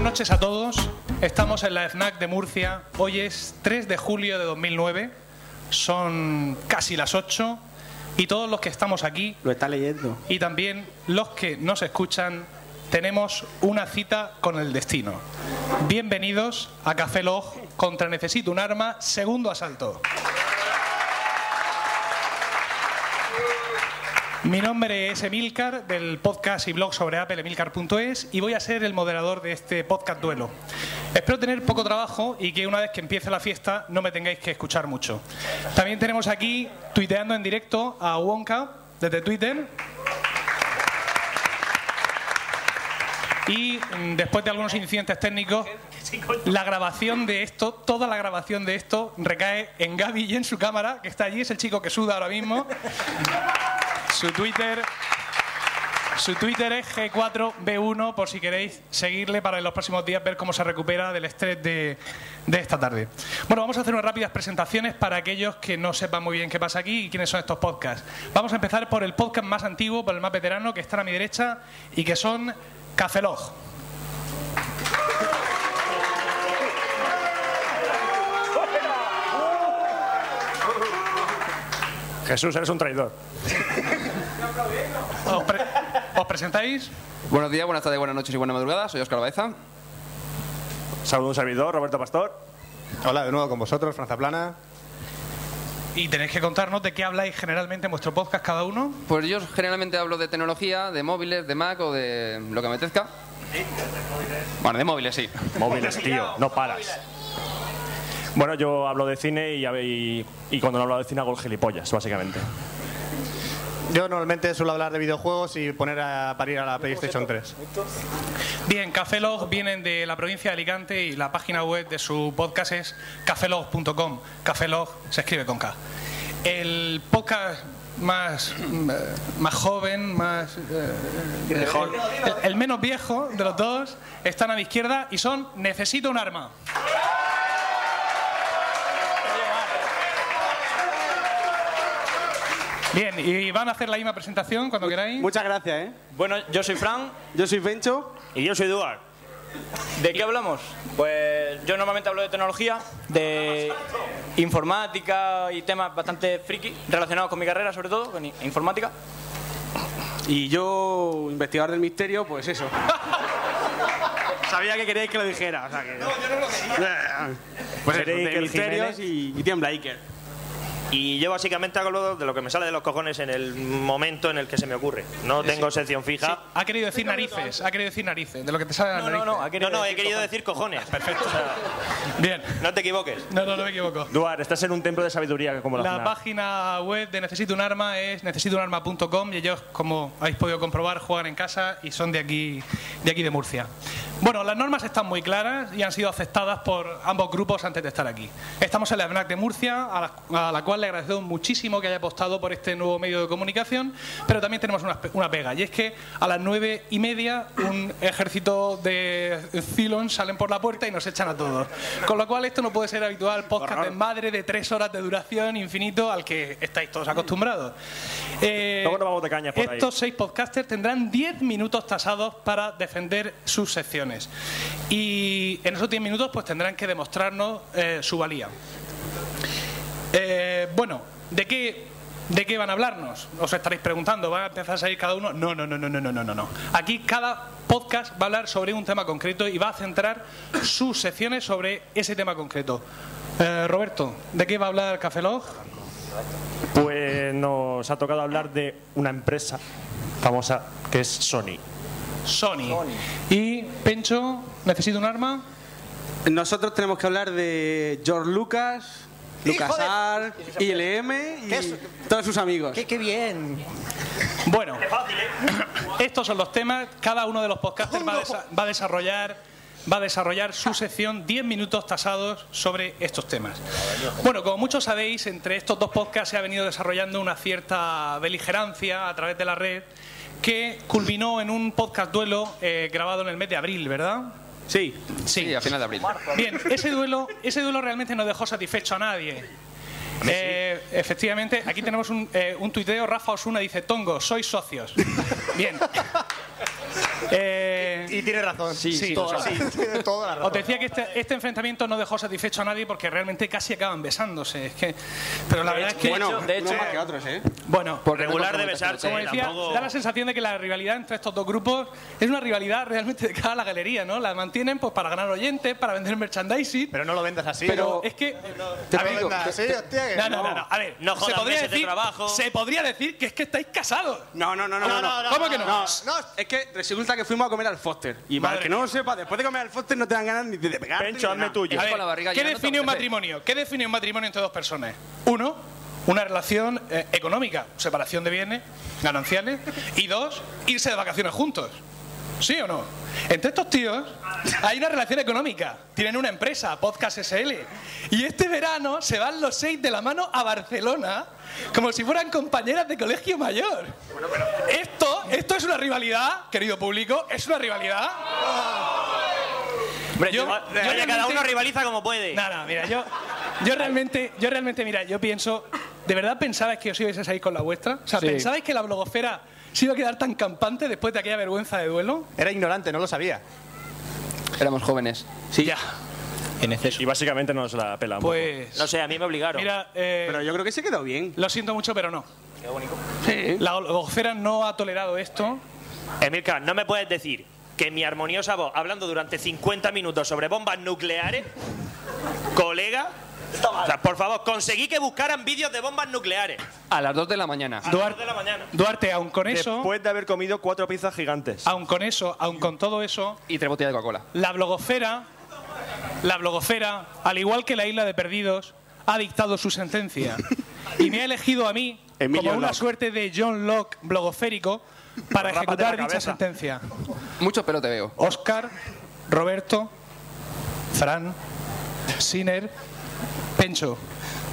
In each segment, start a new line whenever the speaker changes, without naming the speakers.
noches a todos. Estamos en la FNAC de Murcia. Hoy es 3 de julio de 2009. Son casi las 8. Y todos los que estamos aquí
Lo está leyendo.
y también los que nos escuchan tenemos una cita con el destino. Bienvenidos a Café Log contra Necesito un Arma, segundo asalto. Mi nombre es Emilcar, del podcast y blog sobre Apple, emilcar.es, y voy a ser el moderador de este podcast duelo. Espero tener poco trabajo y que una vez que empiece la fiesta no me tengáis que escuchar mucho. También tenemos aquí, tuiteando en directo, a Wonka desde Twitter. Y mm, después de algunos incidentes técnicos, la grabación de esto, toda la grabación de esto recae en Gaby y en su cámara, que está allí, es el chico que suda ahora mismo. Su Twitter. Su Twitter es G4B1 por si queréis seguirle para en los próximos días ver cómo se recupera del estrés de, de esta tarde. Bueno, vamos a hacer unas rápidas presentaciones para aquellos que no sepan muy bien qué pasa aquí y quiénes son estos podcasts. Vamos a empezar por el podcast más antiguo, por el más veterano, que está a mi derecha y que son Cafelog.
Jesús, eres un traidor.
¿Os, pre- os presentáis?
Buenos días, buenas tardes, buenas noches y buenas madrugadas. Soy Oscar Baeza.
Saludo a un servidor, Roberto Pastor.
Hola, de nuevo con vosotros, Franza Plana.
Y tenéis que contarnos de qué habláis generalmente en vuestro podcast cada uno.
Pues yo generalmente hablo de tecnología, de móviles, de Mac o de lo que me apetezca. Bueno, de móviles sí.
Móviles, tío, no paras. Bueno, yo hablo de cine y, y, y cuando no hablo de cine hago el gilipollas, básicamente.
Yo normalmente suelo hablar de videojuegos y poner a parir a la PlayStation 3.
Bien, Cafelog vienen de la provincia de Alicante y la página web de su podcast es cafelog.com. Cafelog se escribe con K. El podcast más, mm, eh, más joven, más. eh, El, el menos viejo de los dos están a mi izquierda y son Necesito un arma. Bien, y van a hacer la misma presentación cuando queráis.
Muchas gracias, ¿eh?
Bueno, yo soy Fran
Yo soy Bencho.
Y yo soy Duarte.
¿De qué hablamos? Pues yo normalmente hablo de tecnología, de informática y temas bastante friki relacionados con mi carrera, sobre todo, con i- informática.
Y yo, investigador del misterio, pues eso. Sabía que queríais que lo dijera, o sea que... No, yo no lo quería. Pues eso,
Queréis que
de
el
misterios y, y tiembla Iker.
Y yo básicamente hago lo de lo que me sale de los cojones en el momento en el que se me ocurre. No tengo sección fija.
Ha querido decir narices, ha querido decir narices, de lo que te sale de las
No, no, no,
narices.
No,
ha
no, he
decir
querido decir cojones. Perfecto.
Bien.
No te equivoques.
No, no, no me equivoco.
Duarte, estás en un templo de sabiduría que como la,
La
FNAC.
página web de Necesito un Arma es necesitounarma.com y ellos, como habéis podido comprobar, juegan en casa y son de aquí, de aquí de Murcia. Bueno, las normas están muy claras y han sido aceptadas por ambos grupos antes de estar aquí. Estamos en la FNAC de Murcia, a la, a la cual le agradecemos muchísimo que haya apostado por este nuevo medio de comunicación, pero también tenemos una, pe- una pega, y es que a las nueve y media un ejército de Cylons salen por la puerta y nos echan a todos. Con lo cual esto no puede ser habitual, podcast de madre de tres horas de duración infinito al que estáis todos acostumbrados. Eh,
Luego nos vamos de cañas por ahí.
estos seis podcasters tendrán 10 minutos tasados para defender sus secciones. Y en esos 10 minutos pues tendrán que demostrarnos eh, su valía. Eh, bueno, ¿de qué, ¿de qué van a hablarnos? Os estaréis preguntando, ¿va a empezar a salir cada uno? No, no, no, no, no, no, no, no, no. Aquí cada podcast va a hablar sobre un tema concreto y va a centrar sus secciones sobre ese tema concreto. Eh, Roberto, ¿de qué va a hablar Cafelog?
Pues nos ha tocado hablar de una empresa famosa que es Sony.
Sony. Y Pencho, ¿necesito un arma?
Nosotros tenemos que hablar de George Lucas, Lucas Art, ILM y todos sus amigos.
Bueno, estos son los temas. Cada uno de los podcasters va, a desa- va a desarrollar va a desarrollar su sección 10 minutos tasados sobre estos temas. Bueno, como muchos sabéis, entre estos dos podcasts se ha venido desarrollando una cierta beligerancia a través de la red que culminó en un podcast duelo eh, grabado en el mes de abril, ¿verdad?
Sí.
Sí, a final de abril.
Bien, ese duelo, ese duelo realmente no dejó satisfecho a nadie. Eh, efectivamente, aquí tenemos un, eh, un tuiteo, Rafa Osuna dice, Tongo, sois socios. Bien. Eh,
Y tiene razón.
Sí, sí,
Toda-
o sea, sí.
tiene toda la
Os
razón.
decía que este, este enfrentamiento no dejó satisfecho a nadie porque realmente casi acaban besándose. Es que, pero la verdad es que.
Bueno,
de
unos
hecho-
más que otros, ¿eh?
bueno,
Porque
Regular
no
de
pasa mucho,
besarse,
como decía,
tampoco-
da la sensación de que la rivalidad entre estos dos grupos es una rivalidad realmente de cara a la galería, ¿no? La mantienen pues para ganar oyentes, para vender merchandising.
Pero no lo vendas así.
Pero es que.
Te
a ver,
digo, sí, hostia, que
no, no, no, no, A ver,
No
se,
jodan
podría
meses de
decir,
trabajo.
se podría decir que es que estáis casados.
No, no, no, no.
No, no,
no,
no,
¿Cómo que no?
No,
Es que resulta que fuimos a comer al Foster. Y
Madre
para que no lo sepa, después de comer al Foster no te dan ganas ni de pegar.
Pencho, hazme tuyo.
A ver,
con la barriga
¿qué
llena no
define
te
un
apetece.
matrimonio? ¿Qué define un matrimonio entre dos personas? Uno, una relación eh, económica, separación de bienes, gananciales. Y dos, irse de vacaciones juntos. ¿Sí o no? Entre estos tíos hay una relación económica. Tienen una empresa, Podcast SL. Y este verano se van los seis de la mano a Barcelona como si fueran compañeras de colegio mayor. Esto, esto es una rivalidad, querido público, es una rivalidad.
Hombre,
Yo-
tú-
yo
oye, cada
realmente-
uno rivaliza como puede.
Nada, mira, yo, yo realmente, yo realmente, mira, yo pienso, ¿de verdad pensabais que os ibais a salir con la vuestra? O sea, ¿pensabais que la blogosfera se iba a quedar tan campante después de aquella vergüenza de duelo?
era ignorante, no lo sabía.
Éramos jóvenes.
Sí.
En exceso.
Y básicamente nos la pelan.
Pues,
No sé, a mí me obligaron.
mira, eh,
Pero yo creo que se quedó bien.
lo siento mucho, pero no.
Sí.
La blogosfera no ha tolerado esto.
Emilcar, no me puedes decir que mi armoniosa voz hablando durante 50 minutos sobre bombas nucleares, colega, o sea, por favor, conseguí que buscaran vídeos de bombas nucleares.
A las 2 de la mañana.
A las
Duarte,
dos de la mañana.
Duarte, aun con eso,
Después de haber comido cuatro pizzas gigantes.
aun con eso, aun con todo eso,
Y tres botellas de Coca-Cola.
la blogosfera, la blogosfera, al igual que la isla de perdidos, ha dictado su sentencia y me ha elegido a mí
Emilio
como una
Locke.
suerte de John Locke blogosférico para
Rápate la
ejecutar dicha
cabeza.
sentencia.
Mucho pelo te veo.
Oscar, Roberto, Fran, Siner, Pencho,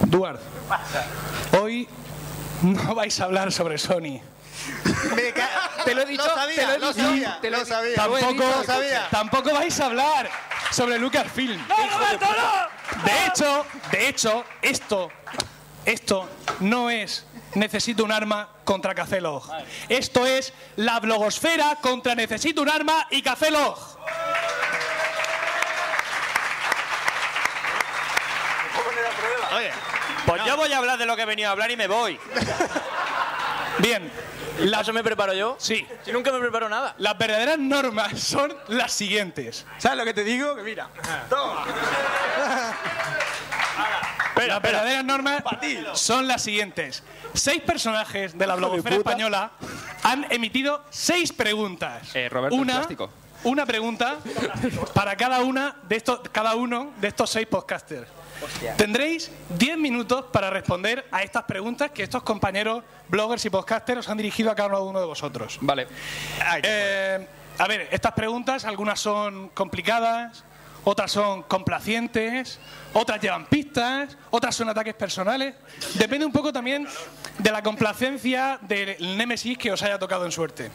Duarte. Hoy no vais a hablar sobre Sony.
Me ca-
Te lo he dicho,
sabía,
te lo he dicho.
sabía,
Te lo-
lo sabía.
Tampoco,
Lo sabía.
tampoco vais a hablar sobre Lucasfilm. De hecho, de hecho, esto, esto no es necesito un arma contra Café Log. Esto es la blogosfera contra necesito un arma y Café Log.
Oye,
Pues yo voy a hablar de lo que he venido a hablar y me voy.
Bien, la-
¿Eso me preparo yo?
sí,
Si nunca me preparo nada.
las verdaderas normas son las siguientes.
¿Sabes lo que te digo? Que mira.
las verdaderas normas son las siguientes. Seis personajes de la blogosfera española han emitido seis preguntas.
Eh, Roberto, el
una,
plástico.
una pregunta para cada una de estos, cada uno de estos seis podcasters. Tendréis 10 minutos para responder a estas preguntas que estos compañeros bloggers y podcasters os han dirigido a cada uno de vosotros.
Vale.
Eh, a ver, estas preguntas, algunas son complicadas, otras son complacientes, otras llevan pistas, otras son ataques personales. Depende un poco también de la complacencia del Némesis que os haya tocado en suerte.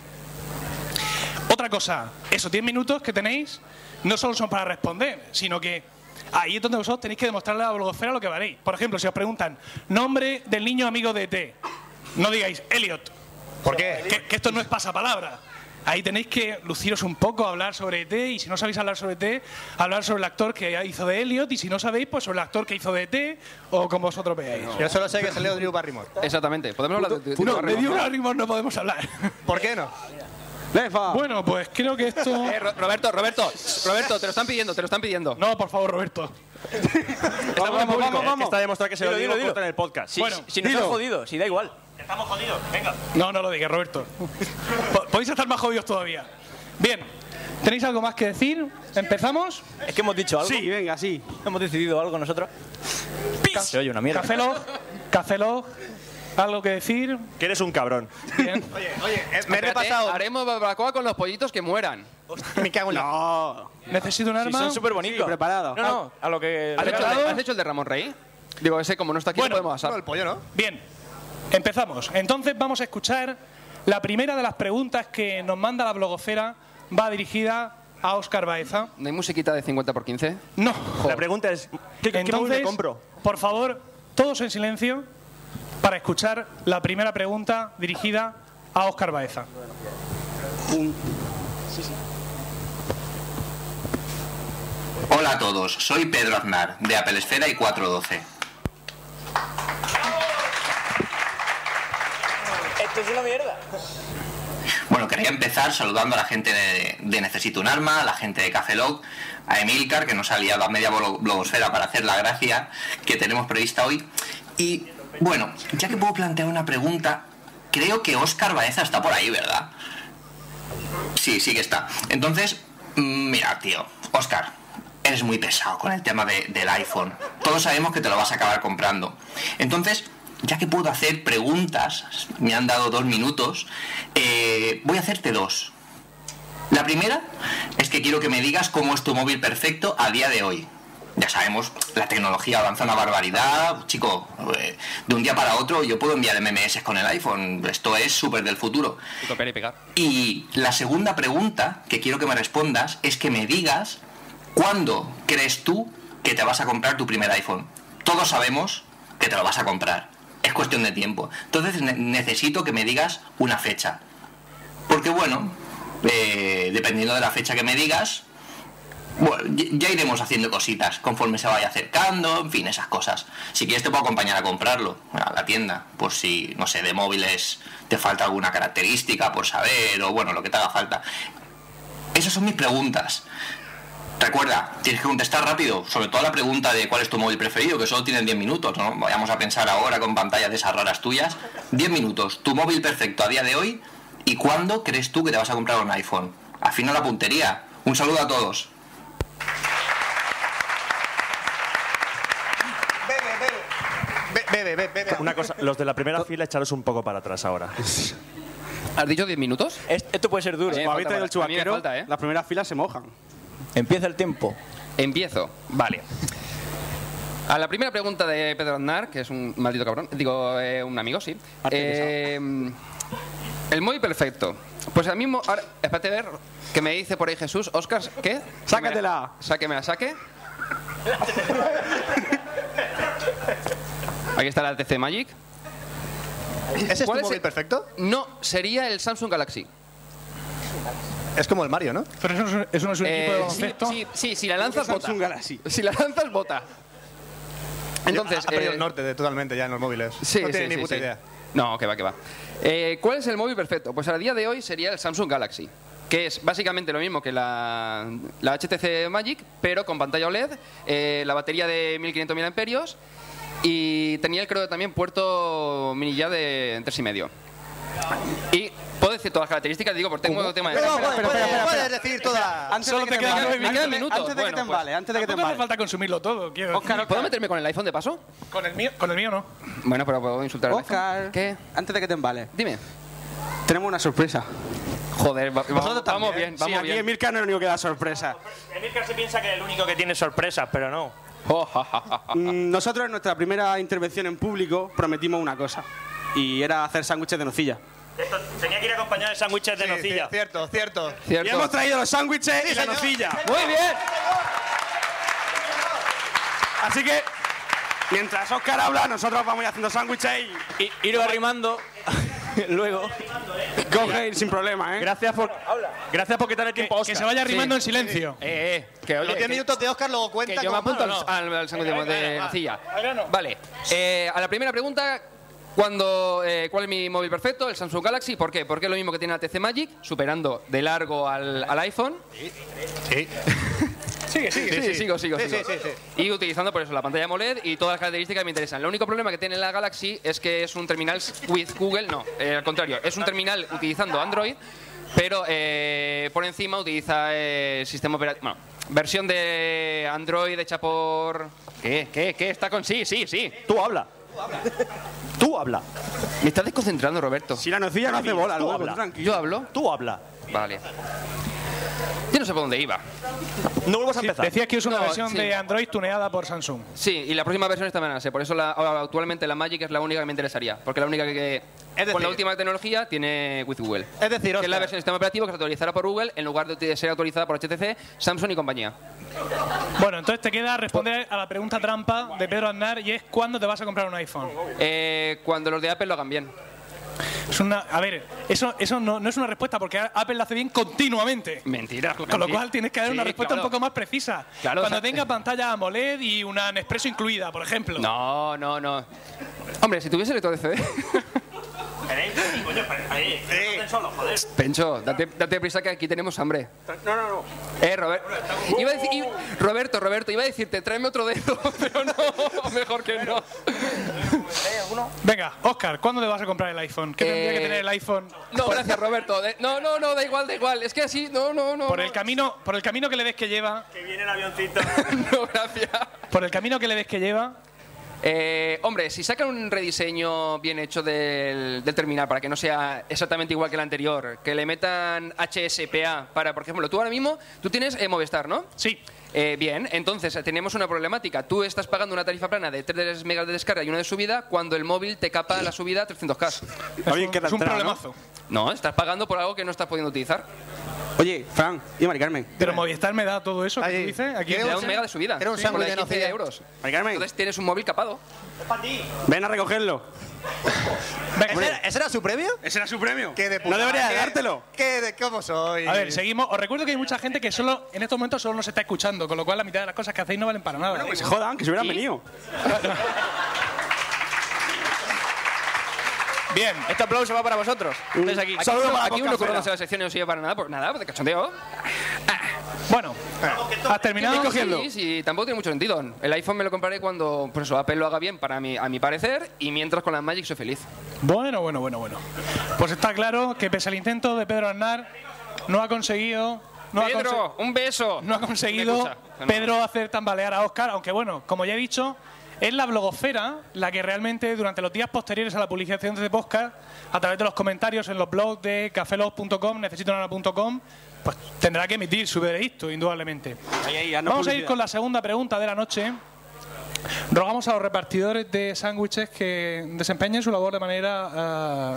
Otra cosa, esos 10 minutos que tenéis no solo son para responder, sino que ahí es donde vosotros tenéis que demostrarle a la blogosfera lo que valéis. Por ejemplo, si os preguntan nombre del niño amigo de T, no digáis Elliot,
¿por qué?
que, que esto no es pasapalabra. Ahí tenéis que luciros un poco, hablar sobre ET, y si no sabéis hablar sobre ET, hablar sobre el actor que hizo de Elliot, y si no sabéis, pues sobre el actor que hizo de ET, o como vosotros veáis.
Yo solo sé que salió Drew Barrymore.
Exactamente. Podemos hablar de- de. de
No,
Barry
de Drew
Bonds?
Barrymore no podemos hablar.
¿Por qué no?
Lefa.
Bueno, pues creo que esto...
Eh, Ro- Roberto, Roberto, Roberto, te lo están pidiendo, te lo están pidiendo.
No, por favor, Roberto.
vamos, vamos, vamos, vamos.
Está demostrado que se lo
Dilo,
digo
dilo,
corta
dilo.
en el podcast.
Si,
Bueno,
si- si nos
dilo.
han jodido, si da igual.
Estamos jodidos, venga.
No, no lo digas, Roberto. Po- Podéis estar más jodidos todavía. Bien, ¿tenéis algo más que decir? ¿Empezamos?
Es que hemos dicho algo.
Sí, venga, sí.
Hemos decidido algo nosotros. Se oye una mierda.
Cacelo, Cacelo, ¿algo que decir?
Que eres un cabrón.
Bien.
Me he
eh, Espérate,
repasado.
Haremos barbacoa con los pollitos que mueran.
Me cago en la.
No.
Necesito un
Si
arma.
son súper bonitos.
Sí, preparado.
No,
Ah,
no, a lo que.
¿Has hecho, el de,
preparado?
has hecho el de Ramón Rey? Digo, ese como no está aquí
Bueno,
no podemos
No,
asar.
el pollo, ¿no?
Bien, empezamos. Entonces vamos a escuchar la primera de las preguntas que nos manda la blogosfera. Va dirigida a Óscar Baeza.
¿No hay musiquita de 50 por 15?
No.
La pregunta es, ¿qué, qué móvil
Entonces,
me compro?
por favor, todos en silencio para escuchar la primera pregunta dirigida a Óscar Baeza.
Hola a todos, soy Pedro Aznar, de Apelesfera y 412.
Esto es una mierda.
Bueno, quería empezar saludando a la gente de, de Necesito un Arma, a la gente de Café Lock, a Emilcar, que nos ha liado a media blo- blogosfera para hacer la gracia que tenemos prevista hoy. Y bueno, ya que puedo plantear una pregunta, creo que Óscar Baeza está por ahí, ¿verdad? Sí, sí que está. Entonces, mm, mira, tío, Óscar, eres muy pesado con el tema de- del iPhone. Todos sabemos que te lo vas a acabar comprando. Entonces, ya que puedo hacer preguntas, me han dado dos minutos, eh, voy a hacerte dos. La primera es que quiero que me digas cómo es tu móvil perfecto a día de hoy. Ya sabemos, la tecnología avanza una barbaridad, chico, eh, de un día para otro yo puedo enviar MMS con el iPhone, esto es súper del futuro.
Y copiar y pegar.
Y la segunda pregunta que quiero que me respondas es que me digas cuándo crees tú que te vas a comprar tu primer iPhone. Todos sabemos que te lo vas a comprar. Es cuestión de tiempo. Entonces ne- necesito que me digas una fecha. Porque bueno, eh, dependiendo de la fecha que me digas, bueno, ya- ya iremos haciendo cositas conforme se vaya acercando, en fin, esas cosas. Si quieres te puedo acompañar a comprarlo a la tienda, por si, no sé, de móviles te falta alguna característica por saber o bueno, lo que te haga falta. Esas son mis preguntas. Recuerda, tienes que contestar rápido, sobre todo la pregunta de cuál es tu móvil preferido, que solo tienen 10 minutos, ¿no? Vayamos a pensar ahora con pantallas de esas raras tuyas. 10 minutos, tu móvil perfecto a día de hoy y cuándo crees tú que te vas a comprar un iPhone. Afina la puntería. Un saludo a todos.
Bebe, bebe. Be- Bebe, bebe, bebe.
Una cosa, los de la primera fila echaros un poco para atrás ahora.
¿Has dicho 10 minutos?
Es- Esto puede ser duro.
Sí.
Como habéis traído el
A mí me
chubaquero,
falta, ¿eh?
las primeras filas se mojan.
Empieza el tiempo.
Empiezo. Vale. A la primera pregunta de Pedro Aznar, que es un maldito cabrón, digo, eh, un amigo, sí. Eh, el móvil perfecto. Pues ahora mismo, ahora, espérate a ver, que me dice por ahí Jesús, Oscar, ¿qué?
Sácatela.
Saque, me la saque. Aquí está la TC Magic.
¿Ese es tu
¿Cuál es
móvil
el-
perfecto?
No, sería el Samsung Galaxy.
Es como el Mario, ¿no?
Pero eso, no es- eso no es un equipo de
Eh, sí,
baloncesto.
sí, sí, si la lanzas, bota.
Samsung Galaxy.
Si la lanzas, bota. Entonces,
Ha, ha perdido
eh,
el norte ah, de- totalmente ya en los móviles.
Sí,
no tiene
sí,
ni
sí,
puta
sí.
idea.
No, que va, que va. Eh, ¿Cuál es el móvil perfecto? Pues a día de hoy sería el Samsung Galaxy, que es básicamente lo mismo que la, la HTC Magic, pero con pantalla OLED, eh, la batería de 1500 mAh y tenía, creo, también puerto mini ya de 3,5. Y puedo decir todas las características, digo, porque tengo un tema de...
Pero,
espera, espera,
puedes,
espera,
puedes
espera.
decir toda...
Antes
Solo
de que
te
te
quedan
embale,
nueve
antes de-
minutos.
Antes de que
Bueno,
te
pues.
embale, antes de que te
Tampoco hace
embale.
falta consumirlo todo. Quiero decir.
Oscar,
¿Puedo
Oscar,
meterme con el iPhone de paso?
Con el mío, con el mío no.
Bueno, pero puedo insultar al iPhone.
Oscar,
¿Qué?
antes de que te embale.
Dime.
Tenemos una sorpresa.
Joder, va- vamos,
Vosotros
vamos
también.
¿eh?
bien,
Sí,
vamos
aquí
bien.
Emilcar no es el único que da sorpresa.
Emilcar se piensa que es el único que tiene sorpresas, pero no.
Oh, ja, ja, ja, ja.
Mm, Nosotros en nuestra primera intervención en público prometimos una cosa. Y era hacer sándwiches de nocilla.
Esto tenía que ir acompañado de sándwiches de
Sí,
nocilla.
sí, Cierto, cierto.
Y
Cierto.
hemos traído los sándwiches y la
señor.
nocilla.
Muy bien.
Así que, mientras Oscar habla, nosotros vamos a ir haciendo sándwiches y
I- ir arrimando. Luego.
coge sin problema, ¿eh?
Gracias por, gracias por quitar el tiempo,
Que
Oscar.
se vaya arrimando en silencio.
Eh, eh, que oye,
Los 10
que-
minutos de Oscar luego
que
cuenta
yo me
como
apunto al,
malo, ¿no?
al, al sándwich de- de
va.
nocilla.
Al grano.
Vale. Eh, a la primera pregunta, cuando, eh, ¿cuál es mi móvil perfecto? El Samsung Galaxy. ¿Por qué? Porque es lo mismo que tiene la TC Magic, superando de largo al, al iPhone.
Sí.
Sí, sí, sigo, sigo,
Sí,
sigo.
sí, sí,
Y utilizando por eso la pantalla AMOLED y todas las características que me interesan. El único problema que tiene la Galaxy es que es un terminal with Google, no, eh, al contrario, es un terminal utilizando Android, pero eh, por encima utiliza eh, sistema operativo, bueno, versión de Android hecha por ¿Qué? ¿Qué? ¿Qué? Está con sí, sí, sí.
Tú habla. Tú habla.
Me estás desconcentrando, Roberto.
Si la nocilla no hace bola,
Tú
luego,
habla.
tranquilo.
Yo hablo.
Tú habla.
Vale. Yo no sé por dónde iba.
No vuelvas a
Sí,
empezar.
decías que es una
No,
versión
sí.
de Android tuneada por Samsung.
Sí, y la próxima versión esta mañana, sé. Por eso la, actualmente la Magic es la única que me interesaría. Porque la única que, que-
decir-
con la última tecnología tiene with Google.
Es decir,
que es la
Oscar.
versión del sistema operativo que se actualizará por Google en lugar de uti- ser actualizada por HTC, Samsung y compañía.
Bueno, entonces te queda responder a la pregunta trampa de Pedro Aznar y es ¿cuándo te vas a comprar un iPhone?
Eh, cuando los de Apple lo hagan bien.
Es una, a ver, eso, eso no, no es una respuesta porque Apple la hace bien continuamente.
Mentira.
Con lo cual tienes que dar una respuesta un poco más precisa.
Claro,
Cuando
o sea,
tenga pantalla AMOLED y una Nespresso incluida, por ejemplo.
No, no, no. Hombre, si tuviese lector de CD. Pencho, date, date prisa que aquí tenemos hambre. No, no, no. Eh, Robert- iba a decir- i- Roberto, Roberto, iba a decirte, tráeme otro dedo, pero no, mejor que no.
Venga, Oscar, ¿cuándo te vas a comprar el iPhone? ¿Qué tendría
Eh,
que tener el iPhone?
No, gracias, Roberto. De- no, no, no, da igual, da igual. Es que así, no, no, no.
Por
no.
el camino, por el camino que le ves que lleva,
Que viene el avioncito.
No, gracias.
por el camino que le ves que lleva,
Eh, hombre, si sacan un rediseño bien hecho del, del terminal para que no sea exactamente igual que el anterior, que le metan HSPA para, por ejemplo, tú ahora mismo, tú tienes eh, Movistar, ¿no?
sí.
Eh, bien, entonces eh, tenemos una problemática. Tú estás pagando una tarifa plana de 3 megas de descarga y una de subida cuando el móvil te capa la subida a 300K.
Oye,
es un problemazo.
No, estás pagando por algo que no estás pudiendo utilizar.
Oye, Fran y Mari Carmen.
Pero Movistar me da todo eso que tú dices. Aquí
Te da un mega de subida.
Era un
Sí,
sándwich
por la
de
15
nocilla.
euros.
Mari Carmen,
Entonces tienes un móvil capado.
ven a recogerlo.
Venga,
¿Ese era, ese era su premio?
Ese era su premio.
¿Qué de
no debería
¿Qué-
dártelo.
¿Qué de cómo soy?
A ver, seguimos. Os recuerdo que hay mucha gente que solo en estos momentos solo nos está escuchando, con lo cual la mitad de las cosas que hacéis no valen para nada.
Que se jodan, que se hubieran venido.
Bien,
Este aplauso va para vosotros.
Mm.
Estáis aquí.
Aquí uno- aquí uno currándose la sección y no sirve para nada, por nada, pues de cachondeo.
bueno, Ah, has terminado.
Sí, sí, tampoco tiene mucho sentido. El iPhone me lo compraré cuando pues, eso, Apple lo haga bien para mi, a mi parecer y mientras con la Magic soy feliz.
Bueno, bueno, bueno, bueno. Pues está claro que pese al intento de Pedro Aznar, no ha conseguido. No ha conse-
Pedro, un beso.
no ha conseguido
Me escucha. No.
Pedro hacer tambalear a Oscar, aunque bueno, como ya he dicho, es la blogosfera la que realmente durante los días posteriores a la publicación de este podcast, a través de los comentarios en los blogs de cafelog.com, necesitonana.com, pues tendrá que emitir su veredicto, indudablemente. Vamos a ir con la segunda pregunta de la noche. Rogamos a los repartidores de sándwiches que desempeñen su labor de manera ah,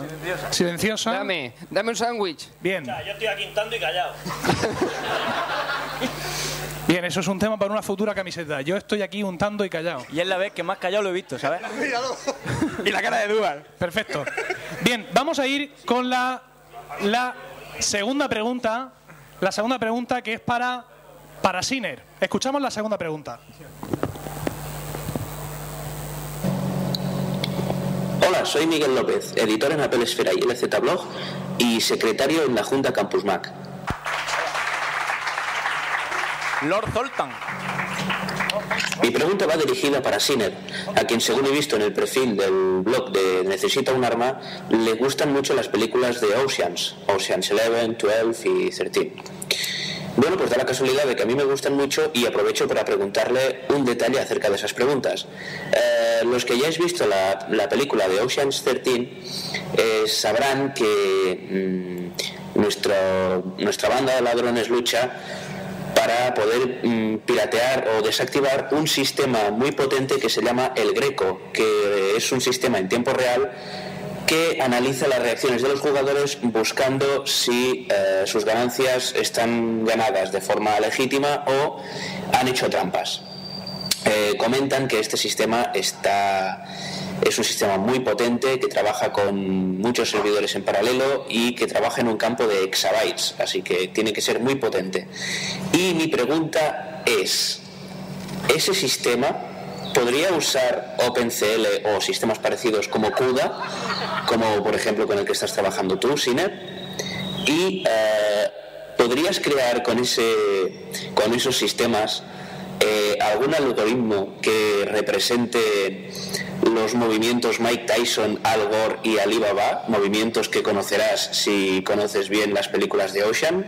silenciosa.
Dame, dame un sándwich.
Bien.
Yo estoy aquí intando y callado.
Bien, eso es un tema para una futura camiseta. Yo estoy aquí untando y callado.
Y es la vez que más callado lo he visto, ¿sabes?
Y la cara de Duval.
Perfecto. Bien, vamos a ir con la, la segunda pregunta. La segunda pregunta que es para, para Siner. Escuchamos la segunda pregunta.
Hola, soy Miguel López, editor en Apple Esfera y LZ Blog y secretario en la Junta Campus Mac.
Lord Zoltan.
Mi pregunta va dirigida para Siner, a quien según he visto en el perfil del blog de Necesita un arma, le gustan mucho las películas de Oceans, Oceans 11, 12 y 13. Bueno, pues da la casualidad de que a mí me gustan mucho y aprovecho para preguntarle un detalle acerca de esas preguntas. Eh, los que ya hayáis visto la, la película de Oceans 13 eh, sabrán que mm, nuestro- nuestra banda de ladrones lucha para poder mm, piratear o desactivar un sistema muy potente que se llama el Greco, que es un sistema en tiempo real que analiza las reacciones de los jugadores buscando si eh, sus ganancias están ganadas de forma legítima o han hecho trampas. Eh, comentan que este sistema está es un sistema muy potente que trabaja con muchos servidores en paralelo y que trabaja en un campo de exabytes, así que tiene que ser muy potente. Y mi pregunta es, ¿ese sistema podría usar OpenCL o sistemas parecidos como CUDA, como por ejemplo con el que estás trabajando tú, Siner? Y eh, podrías crear con ese con esos sistemas eh, algún algoritmo que represente los movimientos Mike Tyson, Al Gore y Alibaba, movimientos que conocerás si conoces bien las películas de Ocean.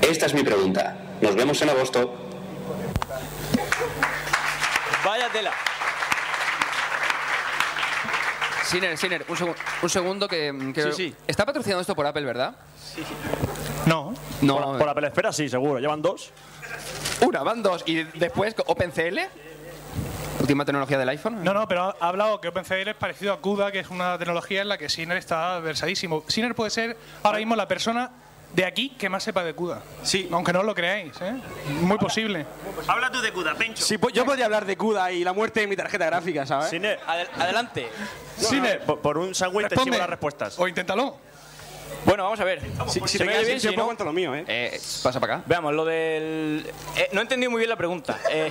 Esta es mi pregunta. Nos vemos en agosto.
Vaya tela.
Siner, Siner, un, segun- un segundo que, que-
Sí, sí.
Está patrocinado esto por Apple, ¿verdad?
No.
No,
Por, por la pelespera, sí, seguro. Llevan dos.
una, van dos. Y después OpenCL, última tecnología del iPhone.
No, no, pero ha ha hablado que OpenCL es parecido a CUDA, que es una tecnología en la que Siner está versadísimo. Siner puede ser ahora mismo la persona de aquí que más sepa de CUDA. Sí. Aunque no os lo creáis, ¿eh? Muy posible.
Habla tú de Cuda, Pencho.
Sí, pues yo podría hablar de CUDA y la muerte de mi tarjeta gráfica, ¿sabes?
Siner,
Adel- adelante.
Siner,
por, por un sándwich te
responde.
sigo las respuestas.
O inténtalo.
Bueno, vamos a ver.
Si, si
Se
te
me
quedas
ve
sin
bien, si
tiempo,
no-
cuento lo mío, ¿eh?
Eh, pasa para acá.
Veamos, lo del... eh, no he entendido muy bien la pregunta. Eh,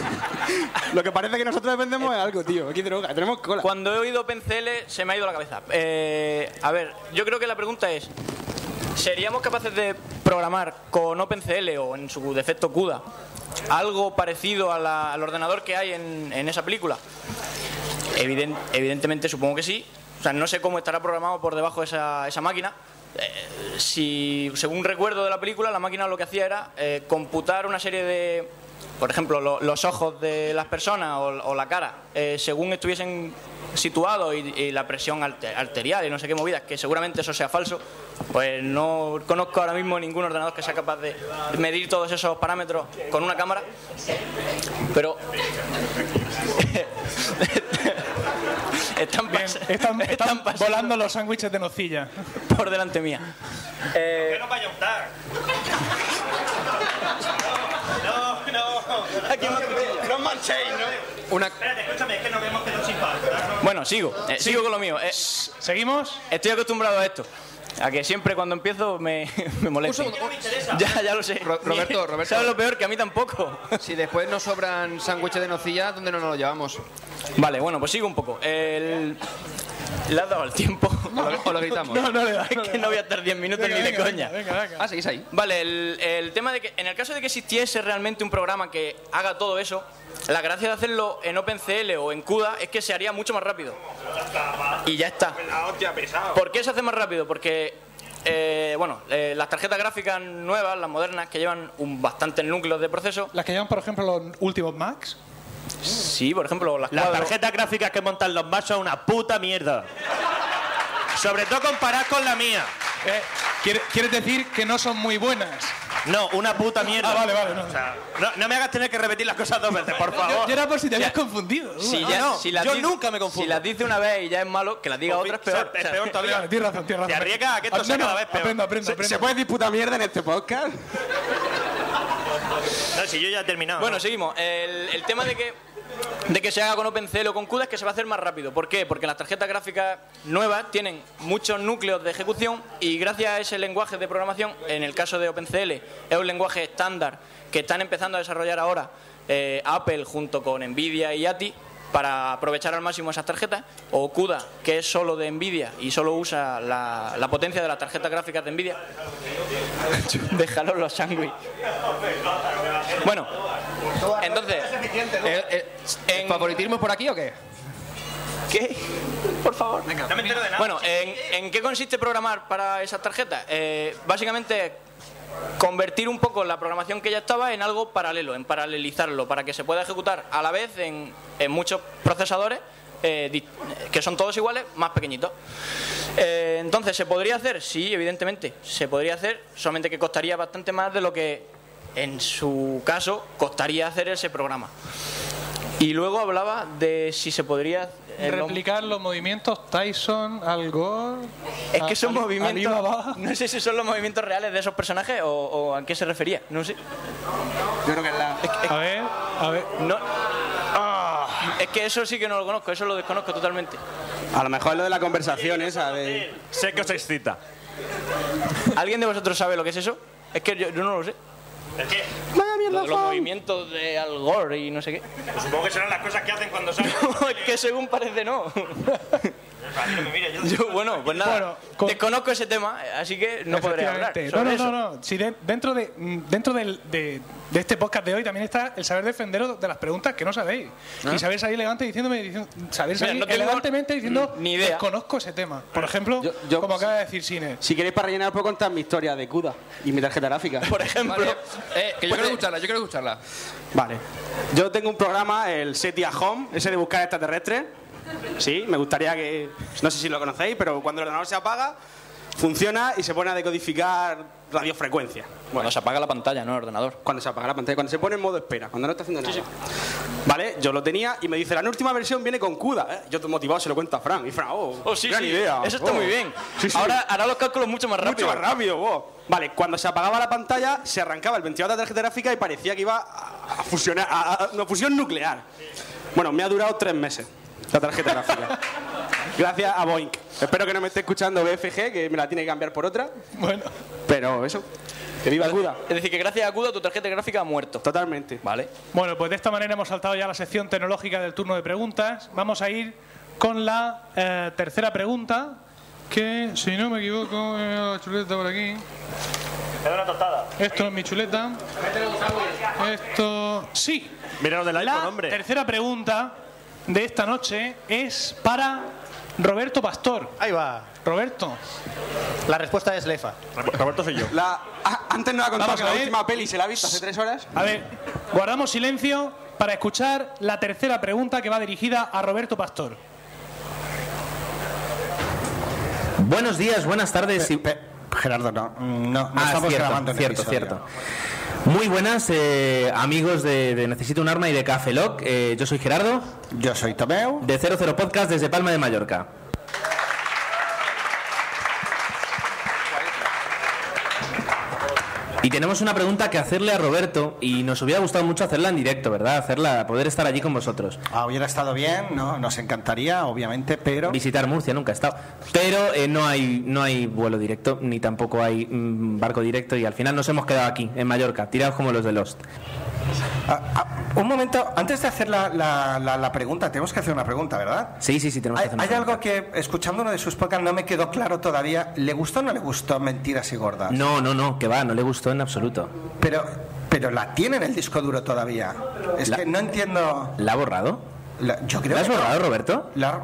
Lo que parece que nosotros dependemos
Eh.
de algo, tío. Aquí droga, tenemos cola.
Cuando he oído PNCL se me ha ido la cabeza. Eh, a ver, yo creo que la pregunta es, ¿seríamos capaces de programar con OpenCL o en su defecto CUDA algo parecido a la- al ordenador que hay en, en esa película? Eviden- evidentemente supongo que sí. O sea, no sé cómo estará programado por debajo esa, esa máquina. Eh, si, según recuerdo de la película, la máquina lo que hacía era eh, computar una serie de, por ejemplo, lo- los ojos de las personas o, o la cara, eh, según estuviesen situados y, y la presión alte- arterial y no sé qué movidas, que seguramente eso sea falso, pues no conozco ahora mismo ningún ordenador que sea capaz de medir todos esos parámetros con una cámara, pero... están,
Bien,
pas-
están, están
pasando-
volando los sándwiches de nocilla.
por delante mía.
no vaya a optar?
Una,
Espérate, escúchame, es que no vemos que no sin
Bueno, sigo, eh, sigo con lo mío. Eh,
¿Seguimos?
estoy acostumbrado a esto. A que siempre cuando empiezo me, me molesta.
Un segundo. No me
Ya, ya lo sé.
Ro- Roberto, Roberto.
¿Sabes lo peor? Que a mí tampoco.
si después Pues nos sobran sándwiches de nocilla, ¿dónde no nos lo llevamos?
Vale, bueno, pues sigo un poco. El- ¿Le has dado el tiempo?
O lo, o lo gritamos.
No, no le da.
es que no voy a estar 10 minutos
Venga,
ni de
venga,
coña.
venga, venga, venga.
Ah, seguís ahí.
Vale, el, el tema de que en el caso de que existiese realmente un programa que haga todo eso, la gracia de hacerlo en OpenCL o en CUDA es que se haría mucho más rápido. Y ya está. ¿Por qué se hace más rápido? Porque, eh, bueno, eh, las tarjetas gráficas nuevas, las modernas, que llevan un bastantes núcleos de proceso,
Las que llevan, por ejemplo, los últimos Macs.
sí, por ejemplo, las
Las
cuadro-
tarjetas gráficas que montan los más son una puta mierda. Sobre todo comparad con la mía.
Eh, ¿quiere- ¿Quieres decir que no son muy buenas?
No, una puta mierda.
Ah, vale, vale, no.
O sea, no, no me hagas tener que repetir las cosas dos veces, por
Yo,
favor.
yo era por si te habías confundido.
Si
Uh,
ya-
no,
si las
ah, yo
dice-
nunca me confundo.
Si las dice una vez y ya es malo, que las diga otra es peor.
O sea, es peor
no.
todavía.
Tienes razón, tienes razón.
Te arriesgas a que esto sea
Aprendo,
cada vez peor.
Aprendo, aprendo,
¿Se,
aprendo.
se puede decir puta mierda en este podcast?
No, si yo ya he terminado.
Bueno,
¿no?
seguimos. El, el tema de que, de que se haga con OpenCL o con CUDA es que se va a hacer más rápido. ¿Por qué? Porque las tarjetas gráficas nuevas tienen muchos núcleos de ejecución y gracias a ese lenguaje de programación, en el caso de OpenCL, es un lenguaje estándar que están empezando a desarrollar ahora eh, Apple junto con NVIDIA y ATI para aprovechar al máximo esas tarjetas, o CUDA, que es solo de NVIDIA y solo usa la, la potencia de las tarjetas gráficas de NVIDIA. Déjalo los sándwiches. Bueno, entonces,
Eh, eh,
En-
¿Favoritismo por aquí o qué?
¿qué? Por favor.
No me entero de nada.
Bueno, ¿en, en qué consiste programar para esas tarjetas? Eh, básicamente, convertir un poco la programación que ya estaba en algo paralelo, en paralelizarlo, para que se pueda ejecutar a la vez en, en muchos procesadores. eh, di- que son todos iguales, más pequeñitos. Eh, entonces, ¿se podría hacer? Sí, evidentemente, se podría hacer, solamente que costaría bastante más de lo que en su caso costaría hacer ese programa. Y luego hablaba de si se podría... eh, lo-
Replicar los movimientos Tyson, Al Gore.
es que son
Ali-
movimientos.
Alibaba.
No sé si son los movimientos reales de esos personajes o, o a qué se refería. No sé.
Yo creo que es la...
A ver, a ver.
No. Ah. Es que eso sí que no lo conozco, eso lo desconozco totalmente.
A lo mejor es lo de la conversación esa de...
Sé que os excita.
¿Alguien de vosotros sabe lo que es eso? Es que yo, yo no lo sé. Ah,
Es que
¡Vaya
Lo
mierda,
de los
fan!
movimientos de Al Gore y no sé qué.
supongo que serán las cosas que hacen cuando salen.
Pues es que según parece no.
A mí no me mires, yo-
Yo, bueno, pues nada.
Bueno, con-
Desconozco ese tema, así que no podré hablar.
Efectivamente. No,
sobre eso.
no, no, no. Si de- dentro de, mm, dentro del- de, de este podcast de hoy también está el saber defenderos de las preguntas que no sabéis. Y saber salir elegante diciéndome, diciendo- saber
Ah. Mira,
salir
no tengo
elegantemente diciendo, "Pues
ni idea.
conozco ese tema. Por ejemplo,
Yo- yo-
como acaba de decir Cine.
Si queréis para rellenar, puedo contar mi historia de CUDA y mi tarjeta gráfica.
Por ejemplo,
Vale,
Pues
eh, que yo quiero escucharla, yo quiero escucharla.
Vale. Yo tengo un programa, el Setia Home, ese de buscar extraterrestres. Sí, me gustaría que... No sé si lo conocéis, pero cuando el ordenador se apaga, funciona y se pone a decodificar radiofrecuencia.
bueno, se apaga la pantalla, ¿no? El ordenador.
Cuando se apaga la pantalla, cuando se pone en modo espera, cuando no está haciendo nada. ¿Vale? Yo lo tenía y me dice, la última versión viene con CUDA. ¿eh? Yo motivado se lo cuento a Fran. Y Fran, oh,
Oh, sí,
gran
sí.
idea.
Eso está
oh.
muy bien.
Sí, sí.
Ahora hará los cálculos mucho más rápido.
Mucho más rápido, vos. Vale, cuando se apagaba la pantalla, se arrancaba el ventilador de la tarjeta gráfica y parecía que iba a a fusionar, a, a- una fusión nuclear. Bueno, me ha durado tres meses la tarjeta gráfica. Gracias a Boeing. Espero que no me esté escuchando BFG, que me la tiene que cambiar por otra.
Bueno,
Pero eso, que viva CUDA.
Es decir, que gracias a CUDA tu tarjeta gráfica ha muerto.
Totalmente.
Vale.
bueno, pues de esta manera hemos saltado ya a la sección tecnológica del turno de preguntas. Vamos a ir con la eh, tercera pregunta, que si no me equivoco, eh, la chuleta por aquí.
una tostada.
Esto es mi chuleta. Esto. Sí.
Mira lo del iPhone,
La
hombre.
tercera pregunta de esta noche es para Roberto Pastor.
Ahí va.
Roberto,
La respuesta es lefa.
Roberto soy yo.
La, ah, antes no la contaba
Vamos
que
a
la
ver.
última peli se la ha visto hace tres horas.
a ver, guardamos silencio para escuchar la tercera pregunta que va dirigida a Roberto Pastor.
Buenos días, buenas tardes. y-
Gerardo, no, mm, no, no
Ah,
estamos
cierto,
grabando en el
cierto,
episodio.
cierto. Muy buenas, eh, amigos de, de Necesito un Arma y de Café Lock. Eh, yo soy Gerardo,
Yo soy Tomeu.
de 00 Podcast desde Palma de Mallorca. Y tenemos una pregunta que hacerle a Roberto y nos hubiera gustado mucho hacerla en directo, ¿verdad? Hacerla, poder estar allí con vosotros.
Ah, hubiera estado bien, no, nos encantaría, obviamente, pero
Visitar Murcia, nunca he estado. Pero eh, no, hay, no hay vuelo directo, ni tampoco hay mm, barco directo, y al final nos hemos quedado aquí, en Mallorca, tirados como los de Lost.
Ah, ah, un momento, antes de hacer la, la- la- la pregunta, tenemos que hacer una pregunta, ¿verdad?
Sí, sí, sí, tenemos
Hay,
que hacer una
hay algo
pregunta.
que, escuchando uno de sus podcasts, no me quedó claro todavía. ¿Le gustó o no le gustó Mentiras y Gordas?
No, no, no, que va, no le gustó en absoluto.
Pero, pero la tiene en el disco duro todavía. Es
La-
que no entiendo.
¿La ha borrado?
la- yo creo
¿La has
que no.
borrado, Roberto?
La-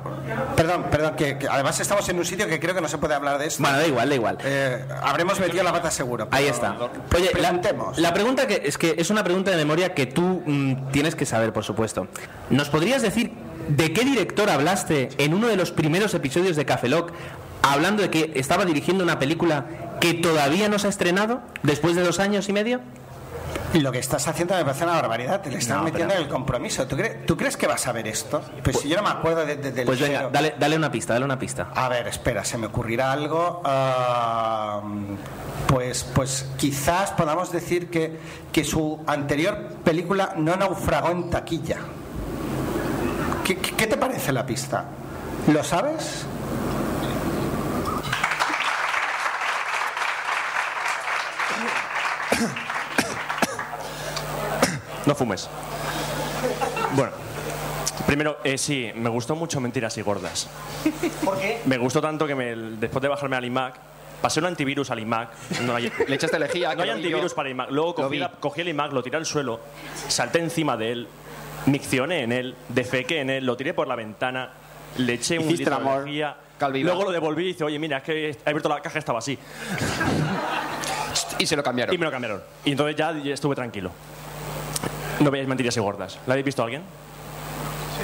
perdón, perdón, que, que además estamos en un sitio que creo que no se puede hablar de esto.
Bueno, da igual, da igual.
Eh, habremos metido la pata seguro. pero-
Ahí está. Oye, la,
preguntemos.
la pregunta que es que es una pregunta de memoria que tú mm, tienes que saber, por supuesto. ¿Nos podrías decir de qué director hablaste en uno de los primeros episodios de Café Lock, hablando de que estaba dirigiendo una película que todavía no se ha estrenado después de dos años y medio?
Lo que estás haciendo me parece una barbaridad. Te le estás
No,
metiendo
pero-
en el compromiso. ¿Tú, cre- tú crees que vas a ver esto? Pues, si yo no me acuerdo de, de- del
Pues venga,
cero.
dale, dale una pista, dale una pista.
A ver, espera, se me ocurrirá algo. Ah, pues, pues quizás podamos decir que, que su anterior película no naufragó en taquilla. ¿Qué, qué- qué te parece la pista? ¿Lo sabes?
No fumes. Bueno. Primero, eh, sí, me gustó mucho Mentiras y Gordas.
¿Por qué?
Me gustó tanto que me- después de bajarme al iMac, pasé un antivirus al iMac. No hay,
Le echaste lejía.
no hay antivirus para iMac. Luego
Lo vi.
cogí, la- cogí el iMac, lo tiré al suelo, salté encima de él, miccioné en él, defequé en él, lo tiré por la ventana, le eché un
Hiciste
litro
el amor.
de lejía.
Calviva.
Luego lo devolví y dice, oye, mira, es que he abierto la caja, estaba así.
Y se lo
Y
cambiaron.
me lo cambiaron. Y entonces ya estuve tranquilo. No veáis mentiras y gordas. ¿La habéis visto alguien?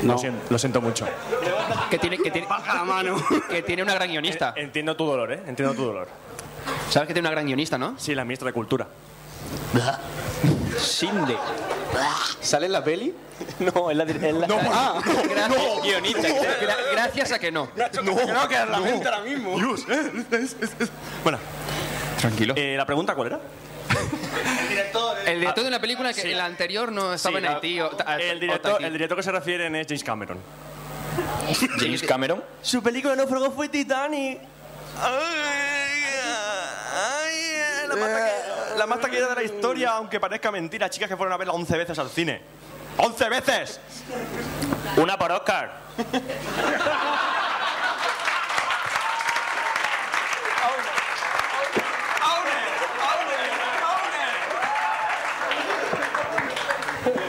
Lo, siento, lo siento mucho.
Que tiene, que, tiene,
la mano.
que tiene una gran guionista.
Entiendo tu dolor, ¿eh? Entiendo tu dolor.
Sabes que tiene una gran guionista, ¿no?
Sí, la ministra de Cultura.
Sinde.
¿Sale en la peli?
No, es la. dir- es la-
Ah,
Gracias,
Guionista.
gra- gracias a que no.
no, creo que la mente ahora mismo.
eh, Bueno,
Tranquilo.
eh, ¿la pregunta cuál era?
El director de una película que en la anterior no estaba
Sí,
en
la-
Haití. o- ta-
El
o
director,
Tahití.
el director que se refieren es James Cameron.
James Cameron.
Su película de náufrago fue Titanic. Ay, ay,
eh, La más, taquilla, de la historia, aunque parezca mentira, chicas que fueron a verla 11 veces al cine. ¡11 veces! Una por Oscar.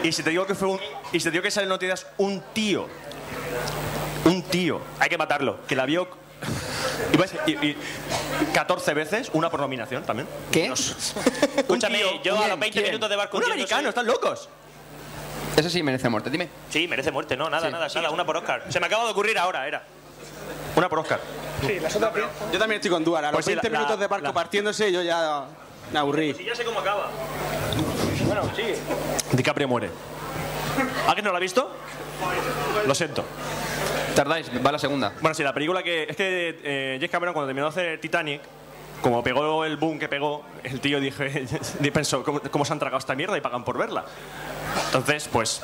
Y si te digo que fue un. Y si te digo que sale en noticias un tío. Un tío. Hay que matarlo. Que la vio. iba a decir- y- y 14 veces, una por nominación también.
¿Qué?
Escúchame,
tío,
yo a
¿quién?
los 20
¿quién?
minutos de barco.
Un
hundiéndose-
americano, están locos.
Eso sí merece muerte. Dime.
Sí, merece muerte, no, nada,
Sí.
nada, nada, una por Oscar. Se me acaba de ocurrir ahora, era. Una por Oscar.
Yo también estoy con Duar. A los
Pues sí, la-
20 minutos
la-
de barco
la-
partiéndose, yo ya me aburrí.
ya sé cómo acaba. Bueno, sigue.
DiCaprio muere. ¿Alguien no la ha visto? Lo siento.
Tardáis, va la segunda.
Bueno, sí, la película que. Es que eh, James Cameron, cuando terminó de hacer Titanic, como pegó el boom que pegó, el tío dije, pensó, ¿cómo, cómo se han tragado esta mierda y pagan por verla? Entonces, pues,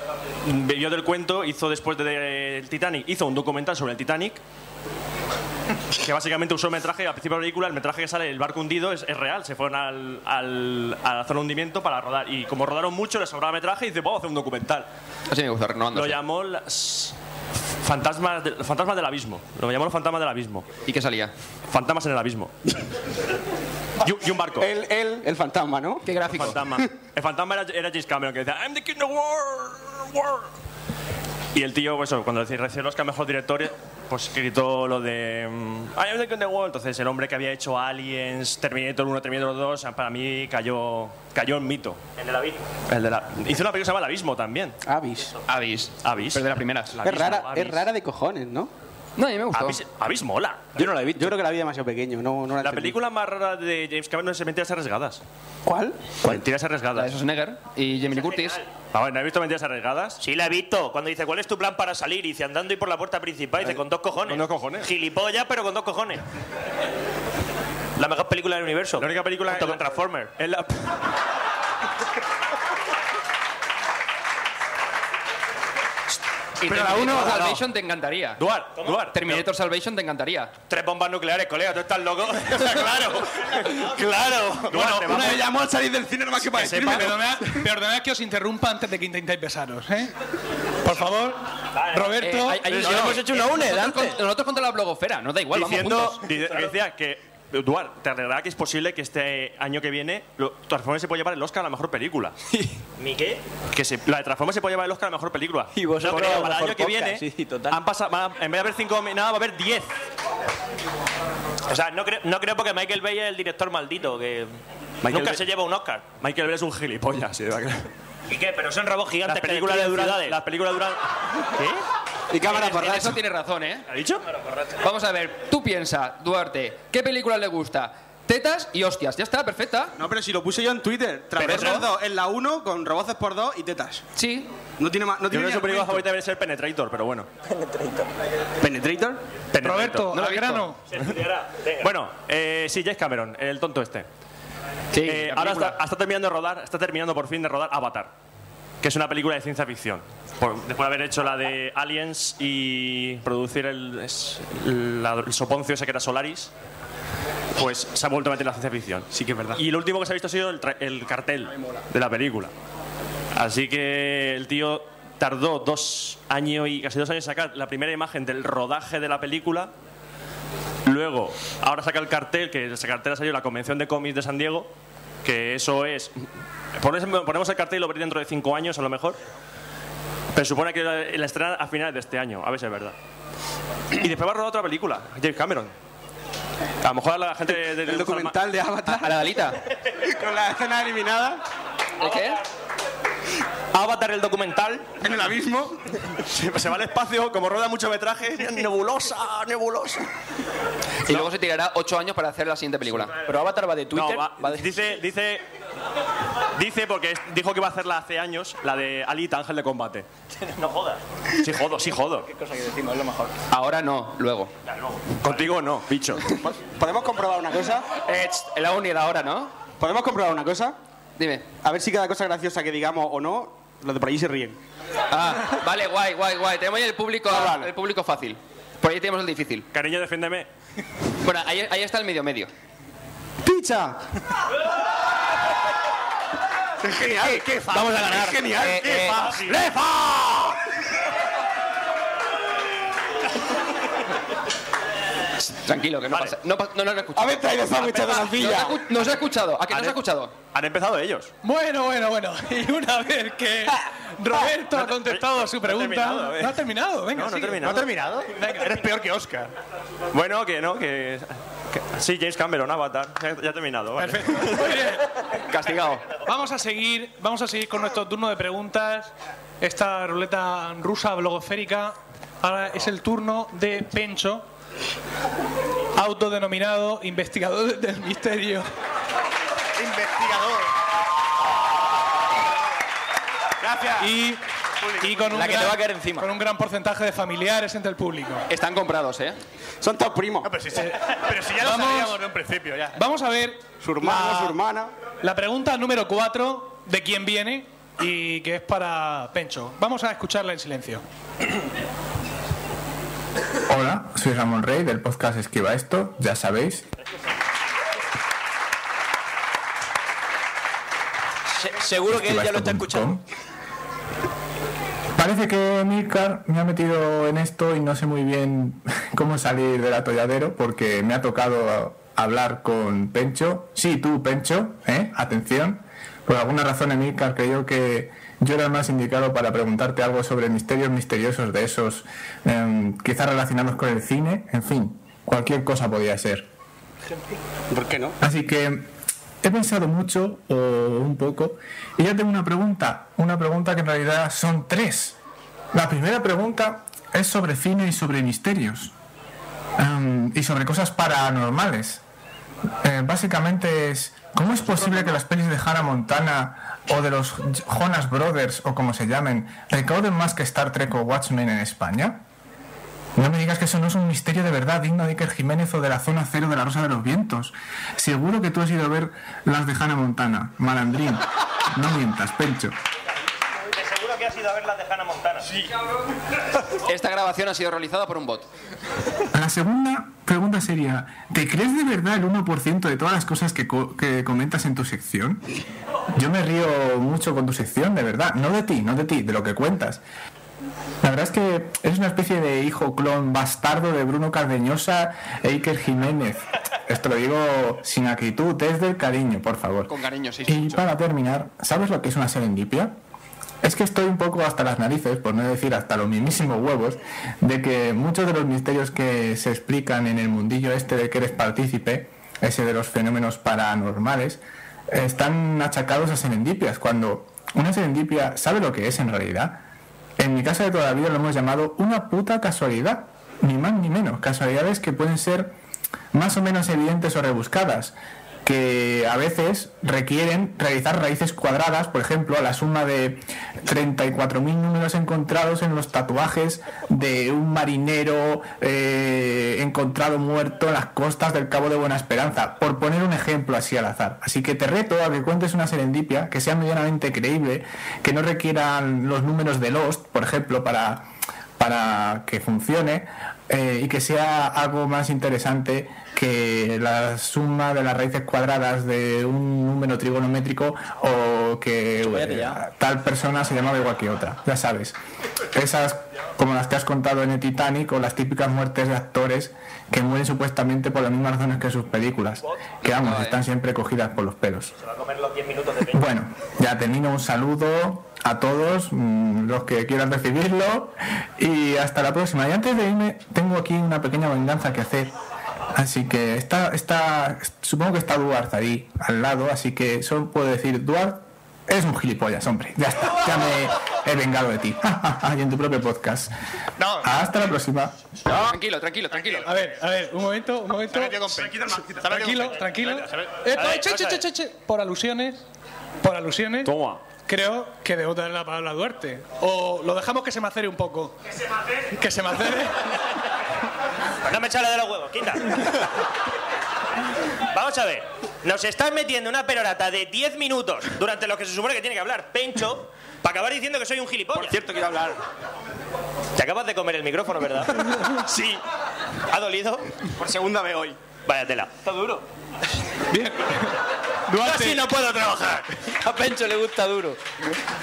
yo del cuento, hizo después del Titanic, hizo un documental sobre el Titanic, que básicamente usó el metraje, al principio de la película, el metraje que sale el barco hundido es, es real, se fueron al, al, a la zona de hundimiento para rodar, y como rodaron mucho, les sobraba metraje y dice, vamos a hacer un documental.
Así Ah, me gusta, renovando.
Lo llamó las fantasmas, de- fantasmas del abismo. Lo llamó los fantasmas del abismo.
¿Y qué salía?
Fantasmas en el abismo. y, un- y un barco.
El, el, el fantasma, ¿no?
¿Qué gráfico?
Fantasma. El fantasma era, era James Cameron que decía I'm the king of war, war". Y el tío, pues, eso, cuando decía recién los mejor director, pues gritó lo de mm, I am the king of the world. Entonces el hombre que había hecho Aliens, Terminator 1, Terminator 2, para mí cayó, cayó en mito.
En el abismo.
El de la- hizo una película que se llama El Abismo también.
Avis.
Avis.
Avis.
Pero de las primeras.
Es rara, es rara de cojones, ¿no?
No, a mí me gustó.
Avis, Avis mola.
Yo no la he visto. Yo creo que la vi demasiado pequeño. No, no la,
La
entendí.
película más rara de James Cameron es Mentiras Arriesgadas.
¿Cuál?
Mentiras
La de
Arriesgadas.
Schwarzenegger y Jamie Lee Curtis.
Ah, bueno, ¿has visto Mentiras Arriesgadas?
Sí, la he visto. Cuando dice, ¿cuál es tu plan para salir? Y dice, andando y por la puerta principal. Y dice, con dos cojones.
Con dos cojones.
Gilipollas, pero con dos cojones. La mejor película del universo.
La única película
Junto con Transformer.
Es la...
Y
Pero la
Terminator
uno, la
Salvation te encantaría.
Duar, Duar.
Terminator Salvation te encantaría.
Tres bombas nucleares, colega, tú estás loco. claro, claro.
Duarte,
Bueno,
vamos.
una de ellas-
llamó al salir del cine nomás que para
Perdonad, perdonad que os interrumpa antes de que intentéis besaros, ¿eh? Por favor, Roberto.
Eh, hay- hay-
Pero si
no,
hemos hecho una
nosotros
UNED
con-
antes.
Nosotros contra la blogosfera, nos da igual, vamos
eh, diciendo,
juntos.
di- decía que... Duarte, ¿te verdad que es posible que este año que viene lo- Transformers se puede llevar el Oscar a la mejor película?
¿Mi qué?
que se, la de Transformers se puede llevar el Oscar a la mejor película.
Y vosotros
Porque
a la
para el
mejor
año que viene,
podcast, sí, total.
han pasado, va- en vez de haber cinco nominadas, va a haber diez.
O sea, no creo, no creo porque Michael Bay es el director maldito, que
Michael
nunca
Bay-
se lleva un Oscar.
Michael Bay es un gilipollas. sí, va, claro.
¿Y qué? Pero son robots gigantes
Las
que
películas de
destruyen
Duran...
ciudades.
Las películas de Duran... ¿Qué?
Y cámara
En-
por
en
rato.
eso tiene razón, ¿eh?
¿Ha dicho?
Vamos a ver, tú piensa, Duarte, ¿qué película le gusta? Tetas y hostias, ya está, perfecta.
No, pero si lo puse yo en Twitter. Transformers
eso-
2 en la 1 con roboces por 2 y tetas.
Sí.
No tiene más. No
Yo
tiene
creo que su
ni
película
argumento.
favorita debe ser Penetrator, pero bueno.
Penetrator.
Penetrator.
Roberto,
No
al
la he visto.
grano.
Bueno, eh, sí, James Cameron, el tonto este.
Sí.
Eh,
la
ahora
película.
está, está terminando de rodar, está terminando por fin de rodar Avatar, que es una película de ciencia ficción. Por- después de haber hecho la de Aliens y producir el, es- la- el soponcio ese que era Solaris, pues se ha vuelto a meter en la ciencia ficción.
Sí que es verdad.
Y lo último que se ha visto ha sido el, tra- el cartel de la película. Así que el tío tardó dos años y casi dos años en sacar la primera imagen del rodaje de la película. Luego, ahora saca el cartel, que ese cartel ha salido en la Convención de Cómics de San Diego, que eso es... pones- Ponemos el cartel y lo veréis dentro de cinco años, a lo mejor. Pero supone que la, la estrena a finales de este año, a ver si es verdad. Y después va a rodar otra película, James Cameron. A lo mejor a la gente... de- de-
El documental de Avatar.
A la Dalita.
Con la escena eliminada.
¿El qué?
Avatar el documental.
En el abismo.
Se va al espacio, como rueda mucho metraje, nebulosa, nebulosa.
Y luego se tirará ocho años para hacer la siguiente película.
Pero Avatar va de Twitter.
No, va-
va de-
dice, dice, dice porque es- dijo que iba a hacerla hace años, la de Alita Ángel de Combate.
No jodas.
Sí jodo, sí jodo.
cosa que decimos, es lo mejor.
Ahora no, luego.
Contigo no, bicho.
¿Podemos comprobar una cosa?
Eh, el aún y el ahora, ¿no?
¿Podemos comprobar una cosa?
Dime.
A ver si cada cosa graciosa que digamos o no, los de por allí se ríen.
Ah, vale, guay, guay, guay. Tenemos ahí el público,
Ah, vale.
el público fácil. Por ahí tenemos el difícil.
Cariño, defiéndeme.
Bueno, ahí, ahí está el medio medio.
¡Picha! ¡Es genial! ¡Qué fácil! ¡Vamos a ganar! ¡Es genial!
Eh,
¡Qué
eh,
fácil!
Tranquilo, que no pasa. No, pa- no, no lo he escuchado.
¡Habéis traído sándwiches de
Nos ha
nocilla!
escu- Nos ha escuchado. ¿A qué nos ha escuchado?
Han empezado ellos.
Bueno, bueno, bueno. Y una vez que Roberto ha contestado a su
no he
pregunta.
terminado, eh.
No ha terminado, venga.
No, no he
sigue.
terminado.
terminado? Venga,
Eres peor que Oscar.
Bueno, que no, que... que- sí, James Cameron, Avatar. Ya, ya he terminado, vale.
perfecto. Muy bien.
Castigado.
Vamos a seguir, vamos a seguir con nuestro turno de preguntas. Esta ruleta rusa blogosférica. Ahora es el turno de Pencho, autodenominado investigador del misterio.
Investigador.
Y Y con un
La que te
gran-
va a caer encima.
Con un gran porcentaje de familiares entre el público. Eh,
Están comprados, ¿eh?
Son todos primos.
pero, si
ya lo sabíamos
vamos,
de un principio, ya.
vamos a ver. Su
hermano, su
hermana.
La pregunta número 4 de quién viene y que es para Pencho. Vamos a escucharla en silencio.
Hola, soy Ramón Rey del podcast Esquiva Esto, ya sabéis.
Se- seguro que él ya lo está escuchando.
Parece que Milcar me ha metido en esto y no sé muy bien cómo salir del atolladero porque me ha tocado hablar con Pencho. Sí, tú, Pencho, ¿eh? Atención. Por alguna razón, Emilcar creyó que yo era el más indicado para preguntarte algo sobre misterios misteriosos de esos, em, quizás relacionados con el cine, en fin, cualquier cosa podía ser.
¿Por qué no?
Así que he pensado mucho o un poco y ya tengo una pregunta, una pregunta que en realidad son tres. La primera pregunta es sobre cine y sobre misterios em, y sobre cosas paranormales. Eh, básicamente es ¿cómo es posible que las pelis de Hannah Montana o de los Jonas Brothers o como se llamen recauden más que Star Trek o Watchmen en España? No me digas que eso no es un misterio de verdad digno de Iker Jiménez o de la zona cero de la Rosa de los Vientos. Seguro que tú has ido a ver las de Hannah Montana, Malandrín. No mientas, Pencho.
Seguro que has ido a ver las de Hannah Montana. Sí.
Esta grabación ha sido realizada por un bot.
La segunda pregunta sería, ¿te crees de verdad el 1% de todas las cosas que, co- que comentas en tu sección? Yo me río mucho con tu sección, de verdad. No de ti, no de ti, de lo que cuentas. La verdad es que eres una especie de hijo clon bastardo de Bruno Cardeñosa e Iker Jiménez. Esto lo digo sin acritud, desde el cariño, por favor.
Con cariño, sí.
Y para terminar, ¿sabes lo que es una serendipia? Es que estoy un poco hasta las narices, por no decir hasta los mismísimos huevos, de que muchos de los misterios que se explican en el mundillo este del que eres partícipe, ese de los fenómenos paranormales, están achacados a serendipias, cuando una serendipia sabe lo que es en realidad. En mi casa de toda la vida lo hemos llamado una puta casualidad, ni más ni menos, casualidades que pueden ser más o menos evidentes o rebuscadas, que a veces requieren realizar raíces cuadradas, por ejemplo, a la suma de 34.000 números encontrados en los tatuajes de un marinero eh, encontrado muerto en las costas del Cabo de Buena Esperanza, por poner un ejemplo así al azar. Así que te reto a que cuentes una serendipia que sea medianamente creíble, que no requieran los números de Lost, por ejemplo, para para que funcione eh, y que sea algo más interesante que la suma de las raíces cuadradas de un número trigonométrico o que
Cállate
eh,
ya.
tal persona se llamaba igual que otra, ya sabes. Esas como las que has contado en el Titanic o las típicas muertes de actores que mueren supuestamente por las mismas razones que sus películas, que vamos, están siempre cogidas por los pelos.
Se va a comer los 10 minutos de pecho.
Bueno, ya termino un saludo a todos mm, los que quieran recibirlo y hasta la próxima. Y antes de irme, tengo aquí una pequeña venganza que hacer. Así que está, está, supongo que está Duarte ahí al lado, así que solo puedo decir, Duarte, eres un gilipollas, hombre. Ya está, ya me he vengado de ti. y en tu propio podcast. Hasta la próxima.
Tranquilo, tranquilo, tranquilo.
A ver, a ver, un momento, un momento. Tranquilo, tranquilo. Eh,
A ver,
che,
vamos
che,
a
che, che, che. Por alusiones, por alusiones. Toma. Creo que debo darle la palabra a Duarte. O lo dejamos que se macere un poco. Que se macere. Que se macere.
No me echa la de los huevos, quita. Vamos a ver. Nos estás metiendo una perorata de 10 minutos durante los que se supone que tiene que hablar Pencho para acabar diciendo que soy un gilipollas. Por cierto, quiero hablar. Te acabas de comer el micrófono, ¿verdad? Sí. ¿Ha dolido? Por segunda vez hoy. Vaya tela. Está duro. Bien.
Casi no puedo trabajar. A Pencho le gusta duro.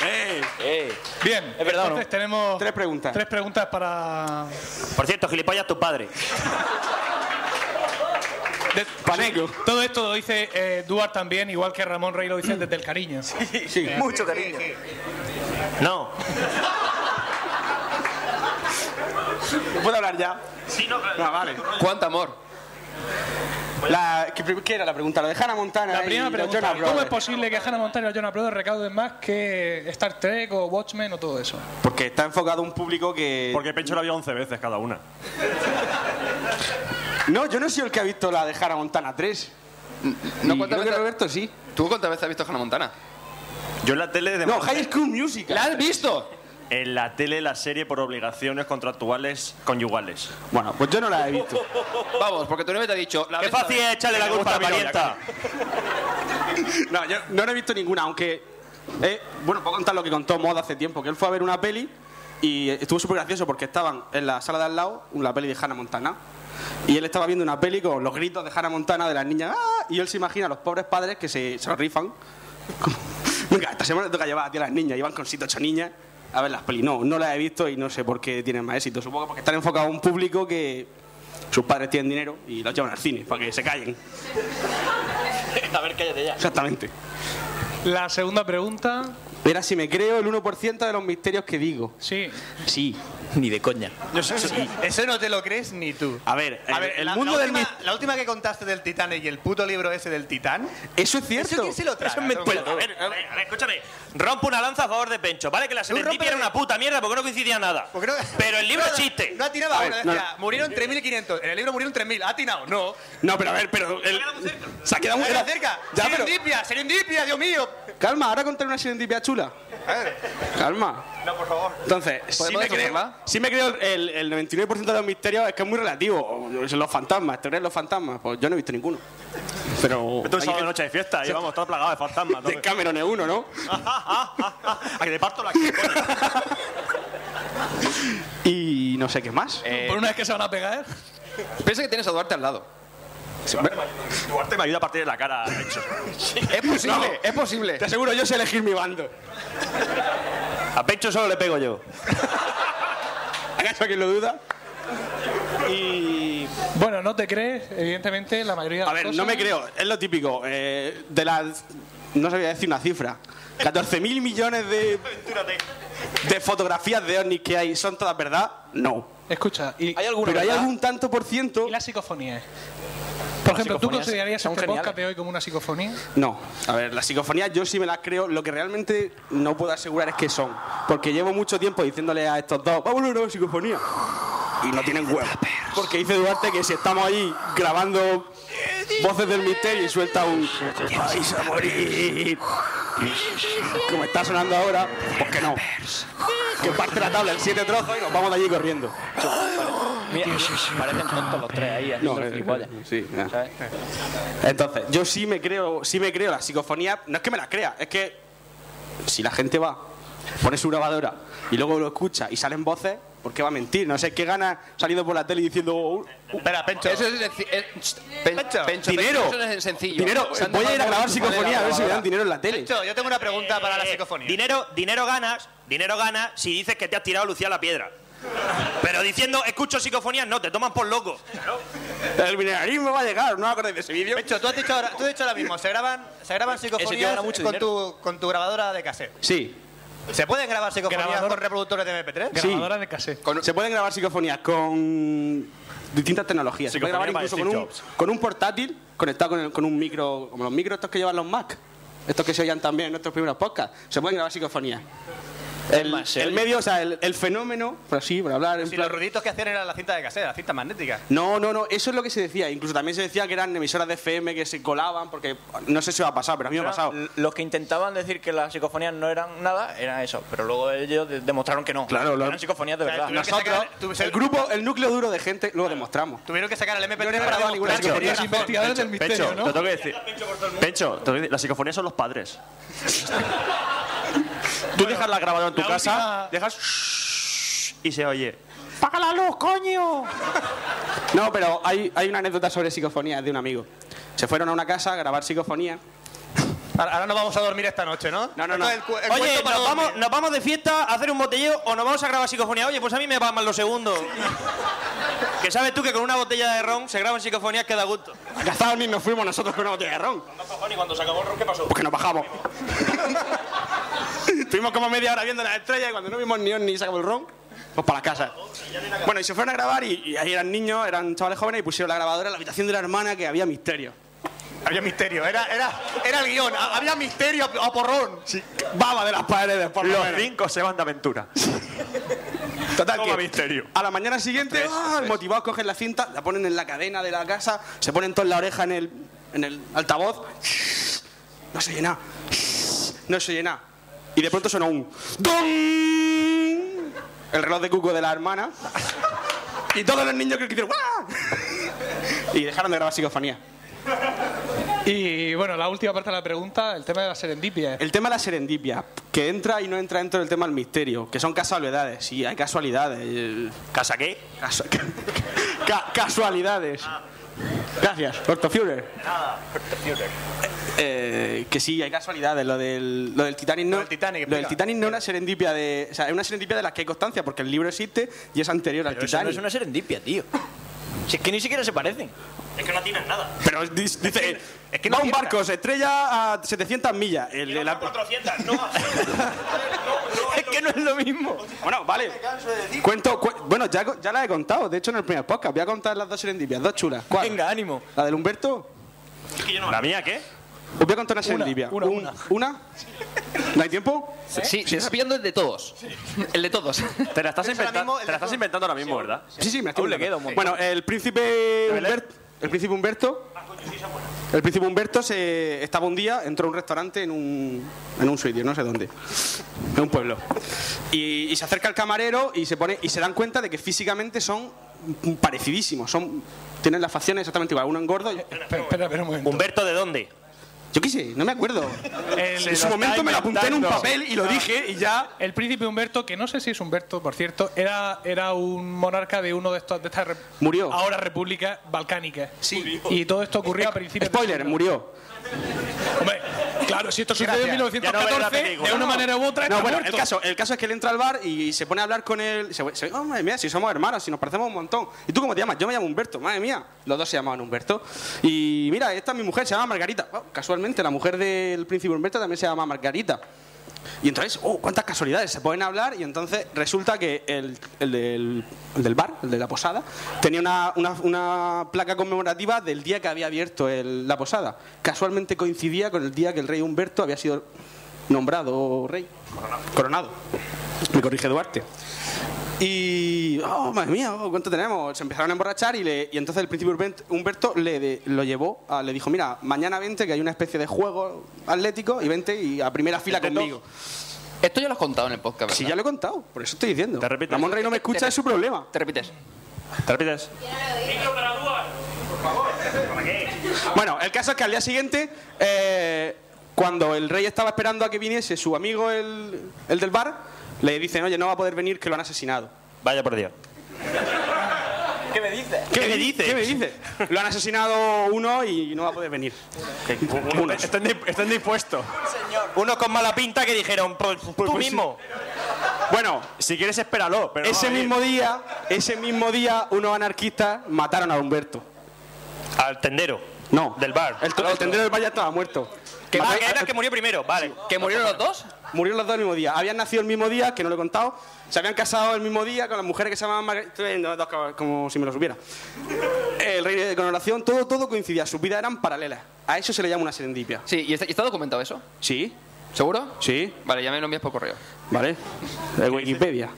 Eh.
Eh.
Bien.
Es verdad, ¿o no?
Entonces tenemos
tres preguntas.
Tres preguntas para
Por cierto, gilipollas tu padre.
Paneco. Todo esto lo dice eh, Duarte también, igual que Ramón Rey lo dice desde el cariño. Eh, Sí,
sí.
Mucho cariño.
No.
¿Puedo hablar ya?
Sí, no,
Ah, vale.
¿Cuánto amor?
La, ¿qué, pre- qué era la pregunta? La de Hannah Montana.
La
y
primera
los
pregunta,
Jonas
¿cómo es
Brothers.
posible que Hannah Montana y los Jonas Brothers recauden más que Star Trek o Watchmen o todo eso?
Porque está enfocado a un público que.
Porque Pencho la vio 11 veces cada una.
No, yo no soy el que ha visto la de Hannah Montana 3.
No,
Y
¿cuántas
creo que
veces-
Roberto sí.
¿Tú cuántas veces has visto Hannah Montana?
Yo en la tele de
No, High School Music.
¿La has visto?
en la tele la serie por obligaciones contractuales conyugales?
Bueno, pues yo no la he visto.
Vamos, porque tu novia te ha dicho.
Qué fácil es echarle la culpa a la parienta.
No, yo no la he visto ninguna, aunque. eh, bueno, puedo contar lo que contó Moda hace tiempo, que él fue a ver una peli y eh, estuvo súper gracioso porque estaban en la sala de al lado, la peli de Hannah Montana. Y él estaba viendo una peli con los gritos de Hannah Montana de las niñas. ¡ah! Y él se imagina a los pobres padres que se, se lo rifan. Como, Venga, esta semana te toca llevar a ti a las niñas. Iban con 7 ocho niñas a ver las pelis. No, no las he visto y no sé por qué tienen más éxito. Supongo que porque están enfocados a un público que sus padres tienen dinero y los llevan al cine para que se callen.
a ver, cállate ya.
Exactamente.
La segunda pregunta.
Era si me creo el 1% de los misterios que digo.
Sí.
Sí.
Ni de coña.
Eso no te lo crees ni tú.
A ver,
A ver,
el
la,
mundo
la
del
última, la última que contaste del Titanic y el puto libro ese del Titán.
Eso es cierto.
¿Eso quién se lo trae?
Eso es mentira. A ver, a ver, a ver, escúchame. Rompo una lanza a favor de Pencho, ¿vale? Que la serendipia era una puta mierda porque no coincidía nada. Pero el libro es chiste.
No atinaba
A ver,
una,
no,
decía,
no.
murieron 3.500. En el libro murieron 3.000. ¿Ha atinado? No.
No, pero a ver, pero. el- Se ha quedado muy
Era cerca.
Ya, pero-
serendipia, serendipia, Dios mío.
Calma, ahora contaré una serendipia chula. Calma.
No, por favor.
Entonces, si
¿Podemos
me, creo,
deshacerla?
sí me creo el, el 99% de los misterios, es que es muy relativo. O Los fantasmas, teorías de los fantasmas, pues yo no he visto ninguno. Pero.
Esto es
hay-
sábado de noche de fiesta y vamos, todo plagado de fantasmas. todo.
de
E
Cameron es uno, ¿no?
A que te parto la coño.
Y no sé qué más.
Por una vez que se van a pegar.
Piensa que tienes a Duarte al lado.
Duarte me ayuda a partir de la cara, Pencho.
Es posible, es posible.
Te aseguro, yo sé elegir mi bando.
A Pencho solo le pego yo.
¿Acaso alguien lo duda? Y.
Bueno, no te crees, evidentemente, la mayoría de
A
las
ver,
cosas.
no me creo, es lo típico. eh, de las. No sabía decir una cifra. 14.000 millones de. de fotografías de ovnis que hay, ¿son todas verdad? No.
Escucha, y,
¿Hay alguna
Pero hay
verdad?
algún tanto por ciento.
y las psicofonías. Por ejemplo, ¿tú
psicofonías
considerarías
son
este
geniales.
podcast de hoy como una psicofonía?
No. A ver, las psicofonías yo sí me las creo. Lo que realmente no puedo asegurar es que son. Porque llevo mucho tiempo diciéndole a estos dos, vamos a una psicofonía. Y no tienen huevo. Porque dice Duarte que si estamos ahí grabando voces del misterio y suelta un. ¡Vais a morir! Como está sonando ahora, pues que no. Que parte la tabla en siete trozos y nos vamos de allí corriendo.
Mira, parecen tontos los tres ahí haciendo
No, eh,
gilipollas.
sí, eh.
¿Sabes?
Entonces, yo sí me creo, sí me creo la psicofonía. No es que me la crea, es que si la gente va, pone su grabadora y luego lo escucha y salen voces, ¿por qué va a mentir? No sé qué gana saliendo por la tele diciendo "Uh, uh,
Espera, Pencho.
Eso es senci- eh, ch- pen-
Pencho,
Pencho,
dinero.
Pencho, eso es sencillo.
dinero.
Se han
Voy a ir a
dejado
grabar
mucho poder
psicofonía a ver si me
grabadora.
dan dinero en la tele.
Pencho, yo tengo una pregunta para la
Eh,
psicofonía.
Dinero, dinero ganas, dinero ganas si dices que te has tirado a Lucía la piedra. Pero diciendo, escucho psicofonías, no, te toman por loco.
El mineralismo va a llegar, no acordáis de ese vídeo.
Pencho, tú has dicho ahora, tú has dicho ahora mismo, se graban, se graban
tío
psicofonías
gana mucho
con,
dinero.
tu, con tu grabadora de cassette.
Sí.
¿Se pueden grabar psicofonías
Grabador.
con reproductores de MP3?
Sí.
Grabadora de cassette.
Se pueden grabar psicofonías con distintas tecnologías. Se puede
Psicofonía
grabar
para
incluso con
Steve
un,
Jobs.
con un portátil conectado con, el- con un micro, como los micros estos que llevan los Mac. Estos que se oían también en nuestros primeros podcasts. Se pueden grabar psicofonías. El,
más serio.
el medio, o sea, el, el fenómeno, por así, por hablar. en
Si
plan-
los ruiditos que hacían eran la cinta de cassette, la cinta magnética.
no, no, no, eso es lo que se decía. Incluso también se decía que eran emisoras de FM que se colaban, porque no sé si va a pasar, pero a mí me ha pasado.
Eran Los que intentaban decir que las psicofonías no eran nada, eran eso. Pero luego ellos de- demostraron que no.
Claro, lo-
eran psicofonías de verdad.
tuvieron que
Nosotros,
sacar- tú-
el grupo, el núcleo duro de gente, lo demostramos.
Tuvieron que sacar el MP3
he
para
grabado ninguna
demostrar que
psicofonía.
tenías razón.
Investigadores del misterio,
Pencho,
¿no?
te tengo que decir. Pencho, te tengo que decir, las psicofonías son los padres. Tú dejas la grabadora en tu
la
casa,
última-
dejas shhh, y se oye.
No, pero hay, hay una anécdota sobre psicofonías de un amigo. Se fueron a una casa a grabar psicofonía.
Ahora ahora no vamos a dormir esta noche, ¿no?
No, no,
Esto
no.
es el cu- el
Oye,
cuento para
¿nos
dormir.
vamos, ¿nos vamos de fiesta a hacer un botelleo o nos vamos a grabar psicofonía? Oye, pues a mí me va mal lo segundo. que sabes tú que con una botella de ron se graban psicofonías que da gusto.
A cazar ni nos fuimos nosotros con una botella de ron.
Y cuando se acabó el ron, ¿qué pasó?
Porque nos bajamos. Estuvimos como media hora viendo las estrellas y cuando no vimos ni on ni sacamos el ron, pues para la casa. Bueno, y se fueron a grabar y, y ahí eran niños, eran chavales jóvenes y pusieron la grabadora en la habitación de la hermana que había misterio.
Había misterio, era, era, era el guión. ha- Había misterio a a porrón.
Baba de las paredes, por lo
Los
menos.
cinco se van de aventura.
Total
Toma
que
misterio.
A la mañana siguiente, ¡ah! motivados, cogen la cinta, la ponen en la cadena de la casa, se ponen toda la oreja en el, en el altavoz. No se llena. No se llena. Y de pronto suena un... ¡Dong! el reloj de cuco de la hermana. Y todos los niños que hicieron ¡guau! Y dejaron de grabar psicofonía.
Y bueno, la última parte de la pregunta, el tema de la serendipia.
El tema de la serendipia, que entra y no entra dentro del tema del misterio, que son casualidades. Sí, hay casualidades.
¿Casa qué?
casualidades. Gracias, Dr. Führer.
Nada, Computer.
Eh, que sí, hay casualidades. Lo del, lo del Titanic no. Lo del Titanic,
explica.
no es una serendipia de. O sea, es una serendipia de las que hay constancia, porque el libro existe y es anterior al
Pero eso
Titanic.
no es una serendipia, tío. Si es que ni siquiera se parecen.
Es que no tienen nada.
Pero dis- dice.
que no
va un
tiene
barco, se estrella a 700 millas. El, de la-
400, no.
es que no es lo mismo. Bueno, vale. Cuento, cu- bueno, ya, co- ya la he contado, de hecho, en el primer podcast. Voy a contar las dos serendipias, dos chulas. ¿Cuál? Venga,
ánimo.
¿La del Humberto?
¿La mía
¿Eh?
qué?
Os voy a contar una serendipia.
una,
Un- ¿Una? ¿No hay tiempo?
Sí, te estás pillando el de todos. El de todos.
Te la estás,
inventa- mismo, el te la de estás todos.
inventando ahora mismo, ¿verdad?
Sí, sí, me la estoy
Aún le
inventando.
queda un montón.
Bueno, eh, el príncipe Humberto. El príncipe Humberto. El príncipe Humberto se estaba un día, entró a un restaurante en un, en un suidio, no sé dónde, en un pueblo. Y, y se acerca al camarero y se pone y se dan cuenta de que físicamente son parecidísimos, son tienen las facciones exactamente igual, uno engordo y...
Espera, espera, espera un momento.
¿Humberto de dónde?
Yo qué sé, no me acuerdo.
El-
en su momento me lo apunté en un papel y lo
Ah.
dije y ya...
El príncipe Humberto, que no sé si es Humberto, por cierto, era, era un monarca de uno de estos de estas rep-
Murió.
ahora república balcánica.
Sí.
Y todo esto ocurrió a principios
Spoiler, murió.
Claro, si esto sucedió en
Gracias. Ya no veré la
1914,
película.
de una
No.
manera u otra,
No,
está
bueno, el
muerto.
caso, el caso es que él entra al bar y se pone a hablar con él. Se, se- oh, madre mía, si somos hermanos, si nos parecemos un montón. ¿Y tú cómo te llamas? Yo me llamo Humberto, madre mía. Los dos se llamaban Humberto. Y mira, esta es mi mujer, se llama Margarita. Oh, casualmente, la mujer del príncipe Humberto también se llama Margarita. Y entonces, oh, cuántas casualidades, se pueden hablar y entonces resulta que el, el del, el del bar, el de la posada, tenía una, una- una placa conmemorativa del día que había abierto el- la posada. Casualmente coincidía con el día que el rey Humberto había sido nombrado rey. Coronado. Me corrige Duarte. Y, oh, madre mía, oh, ¿cuánto tenemos? Se empezaron a emborrachar y, le- y entonces el príncipe Humbert- Humberto le de- lo llevó, a- le dijo, mira, mañana vente que hay una especie de juego atlético y vente y a primera fila
Vente tú.
conmigo.
Esto ya lo has contado en el podcast, ¿verdad?
Sí, ya lo he contado, por eso estoy diciendo.
Te repites.
Ramón Rey no me escucha, es su problema.
Te repites.
¿Te repites?
Bueno, el caso es que al día siguiente, eh, cuando el rey estaba esperando a que viniese su amigo, el, el del bar, le dicen, oye, no va a poder venir, que lo han asesinado.
Vaya por Dios.
¿Qué me dices?
¿Qué, me dices? ¿Qué me dices? Lo han asesinado uno y no va a poder venir.
Están, dispuestos. Unos con mala pinta que dijeron, "Pues, tú mismo.
Bueno,
si quieres espéralo. Pero no
ese
va a venir.
mismo día, ese mismo día, unos anarquistas mataron a Humberto.
Al tendero.
No.
Del bar.
El, el tendero del bar ya estaba muerto.
Que,
Mató-
ah, que era el que murió primero, vale.
¿Que murieron los dos?
Murieron los dos el mismo día. Habían nacido el mismo día, que no lo he contado. Se habían casado el mismo día con las mujeres que se llamaban Margarita. Estoy viendo dos cabros como si me lo supiera. El rey de coronación, todo, todo coincidía. Sus vidas eran paralelas. A eso se le llama una serendipia.
Sí, ¿y está, y está documentado eso?
Sí,
¿Seguro?
sí,
Vale, ya me lo envías por correo.
vale. De Wikipedia.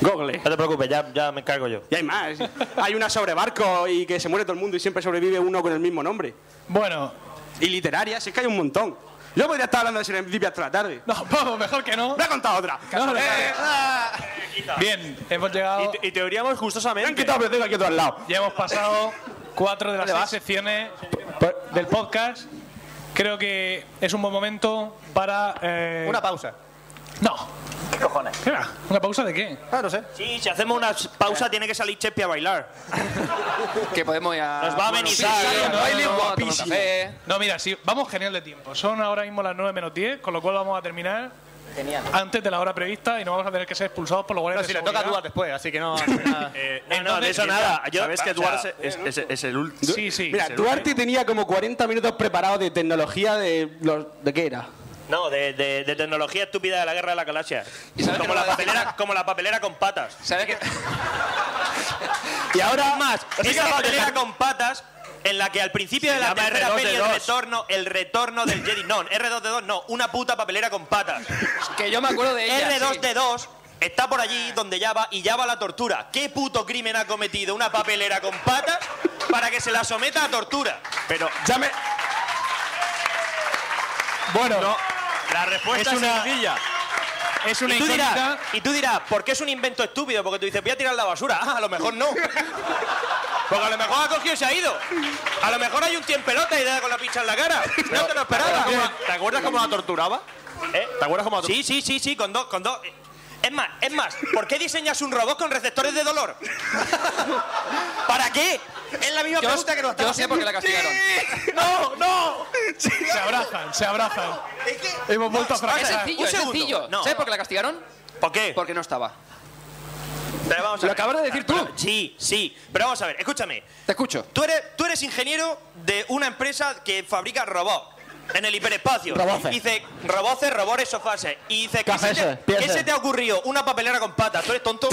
Google.
No te preocupes, ya, ya me encargo yo.
Y hay más. Hay una sobre barco y que se muere todo el mundo y siempre sobrevive uno con el mismo nombre.
Bueno,
Y literarias, es que hay un montón. Yo podría estar hablando de serendipia hasta la tarde.
no, vamos, mejor que no.
Me ha contado otra.
No, no, no.
Eh, ah,
Bien, hemos llegado,
Y, te oríamos
me han
gustosamente.
quitado el aquí a todo al lado.
ya hemos pasado cuatro de las seis secciones del podcast. Creo que es un buen momento para... eh,
Una pausa.
No.
¿Qué cojones?
¿Qué va? ¿Una pausa de qué?
Ah, no sé.
Sí, si hacemos una pausa tiene que salir Chepi a bailar.
Que podemos ir a...
Nos va a
Bueno,
amenizar,
sí, sí,
¿eh?
a tomar
Baile
uno, a tomar un
guapísimo.
café.
No, mira, sí, vamos genial de tiempo. Son ahora mismo las 9 menos 10, con lo cual vamos a terminar
Genial.
antes de la hora prevista y no vamos a tener que ser expulsados por los
No,
guardias
si
de
le toca a
seguridad.
Duarte después, así que no. nada.
no, no, de
entonces-
eso nada. Yo,
Sabes que
o sea,
Eduardo es, es- es- es el último.
Sí, sí.
Mira, Duarte tenía como 40 minutos preparados de tecnología de los de qué era.
No, de, de- de tecnología estúpida de la guerra de la galaxia.
¿Y sabes
Como
que
la,
no va a decir
papelera, como la papelera con patas.
¿Sabes qué?
Y ahora
más, esa papelera con patas en la que al principio de la
llama
tercera
R2D2.
peli el retorno, el retorno del Jedi. No, R2D2 no, una puta papelera con patas.
Que yo me acuerdo de ella. sí.
R2D2 está por allí donde ya va y ya va la tortura. ¿Qué puto crimen ha cometido una papelera con patas para que se la someta a tortura? Pero
ya me
Bueno,
la respuesta es,
Es una-
sencilla.
es una
y tú,
incógnita.
dirás, y tú dirás, ¿por qué es un invento estúpido? Porque tú dices, voy a tirar la basura. Ah, a lo mejor no. Porque a lo mejor ha cogido y se ha ido. A lo mejor hay un tío en pelota y le da con la pincha en la cara. No te lo esperaba. ¿Te acuerdas cómo la torturaba?
Eh,
¿Te acuerdas cómo la torturaba? Sí, sí, sí, sí, con dos, con dos. Es más, es más, ¿por qué diseñas un robot con receptores de dolor? ¿Para qué? Es la misma
pregunta que nos están haciendo.
¡Sí! ¡No, no!
Se abrazan, se abrazan. Hemos vuelto a
Es
fracasar.
sencillo, es sencillo. ¿Sabes por qué la castigaron?
¿Por qué?
Porque no estaba.
Pero vamos a
Lo
ver.
acabas de decir tú.
Sí, sí. Pero vamos a ver, escúchame.
Te escucho.
Tú eres, tú eres ingeniero de una empresa que fabrica robots en el hiperespacio.
Roboces.
Dice, roboces, robores, sofases. Y dice, ¿qué se,
Cafeses,
te,
piezas.
qué se te ha ocurrido? Una papelera con patas. ¿Tú eres tonto?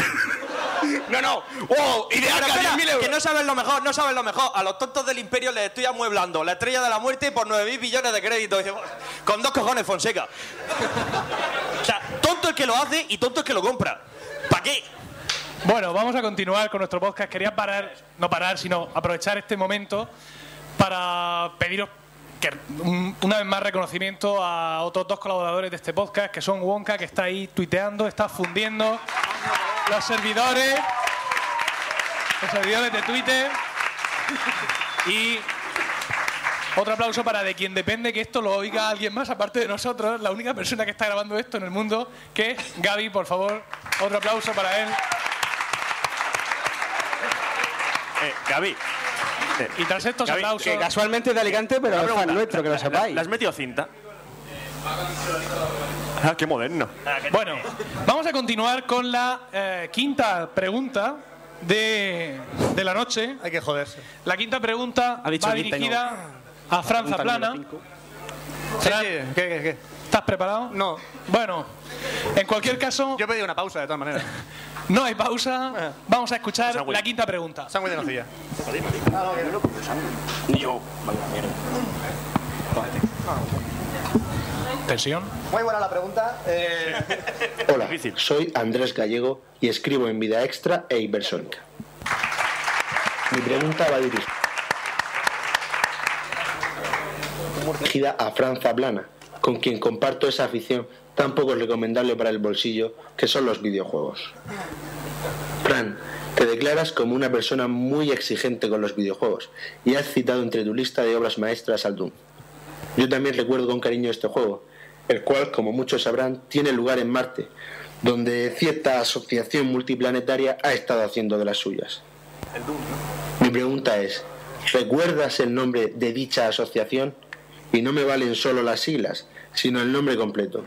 no, no.
Wow, ideaca,
Pero espera,
10.000 euros.
Que no sabes lo mejor, no sabes lo mejor. A los tontos del imperio les estoy amueblando. La estrella de la muerte por 9.000 billones de crédito. Dice, Con dos cojones, Fonseca. o sea, tonto el que lo hace y tonto el que lo compra. ¿Para qué?
Bueno, vamos a continuar con nuestro podcast. Quería parar, no parar, sino aprovechar este momento para pediros que, un- una vez más reconocimiento a otros dos colaboradores de este podcast, que son Wonka, que está ahí tuiteando, está fundiendo los servidores, los servidores de Twitter. Y otro aplauso para de quien depende que esto lo oiga alguien más, aparte de nosotros, la única persona que está grabando esto en el mundo, que es Gaby, por favor. Otro aplauso para él.
Eh, Gaby.
Y tras estos
Gaby,
aplausos.
eh,
que casual-
Casualmente es de Alicante, pero
Una
es fan
pregunta.
nuestro, que lo sepáis.
¿Le has metido cinta? Ah, qué moderno.
Bueno, vamos a continuar con la eh, quinta pregunta de, de la noche. Hay que joderse. La quinta pregunta
Ha dicho
va
quinta y no-
dirigida a Franza
Pregunta número
Plana. Fran, ¿Estás preparado? No. Bueno, en cualquier caso. Yo pedí una pausa, de todas maneras. no hay pausa. Vamos a escuchar la quinta pregunta.
de nocilla.
Yo, vaya
Tensión.
Muy buena la pregunta. Eh,
Hola, soy Andrés Gallego y escribo en Vida Extra e Ibersónica. Mi pregunta va dirigida a Franza Plana, con quien comparto esa afición tan poco recomendable para el bolsillo que son los videojuegos. Fran, te declaras como una persona muy exigente con los videojuegos y has citado entre tu lista de obras maestras al Doom. Yo también recuerdo con cariño este juego, el cual, como muchos sabrán, tiene lugar en Marte, donde cierta asociación multiplanetaria ha estado haciendo de las suyas. Mi pregunta es, ¿recuerdas el nombre de dicha asociación? Y no me valen solo las siglas, sino el nombre completo.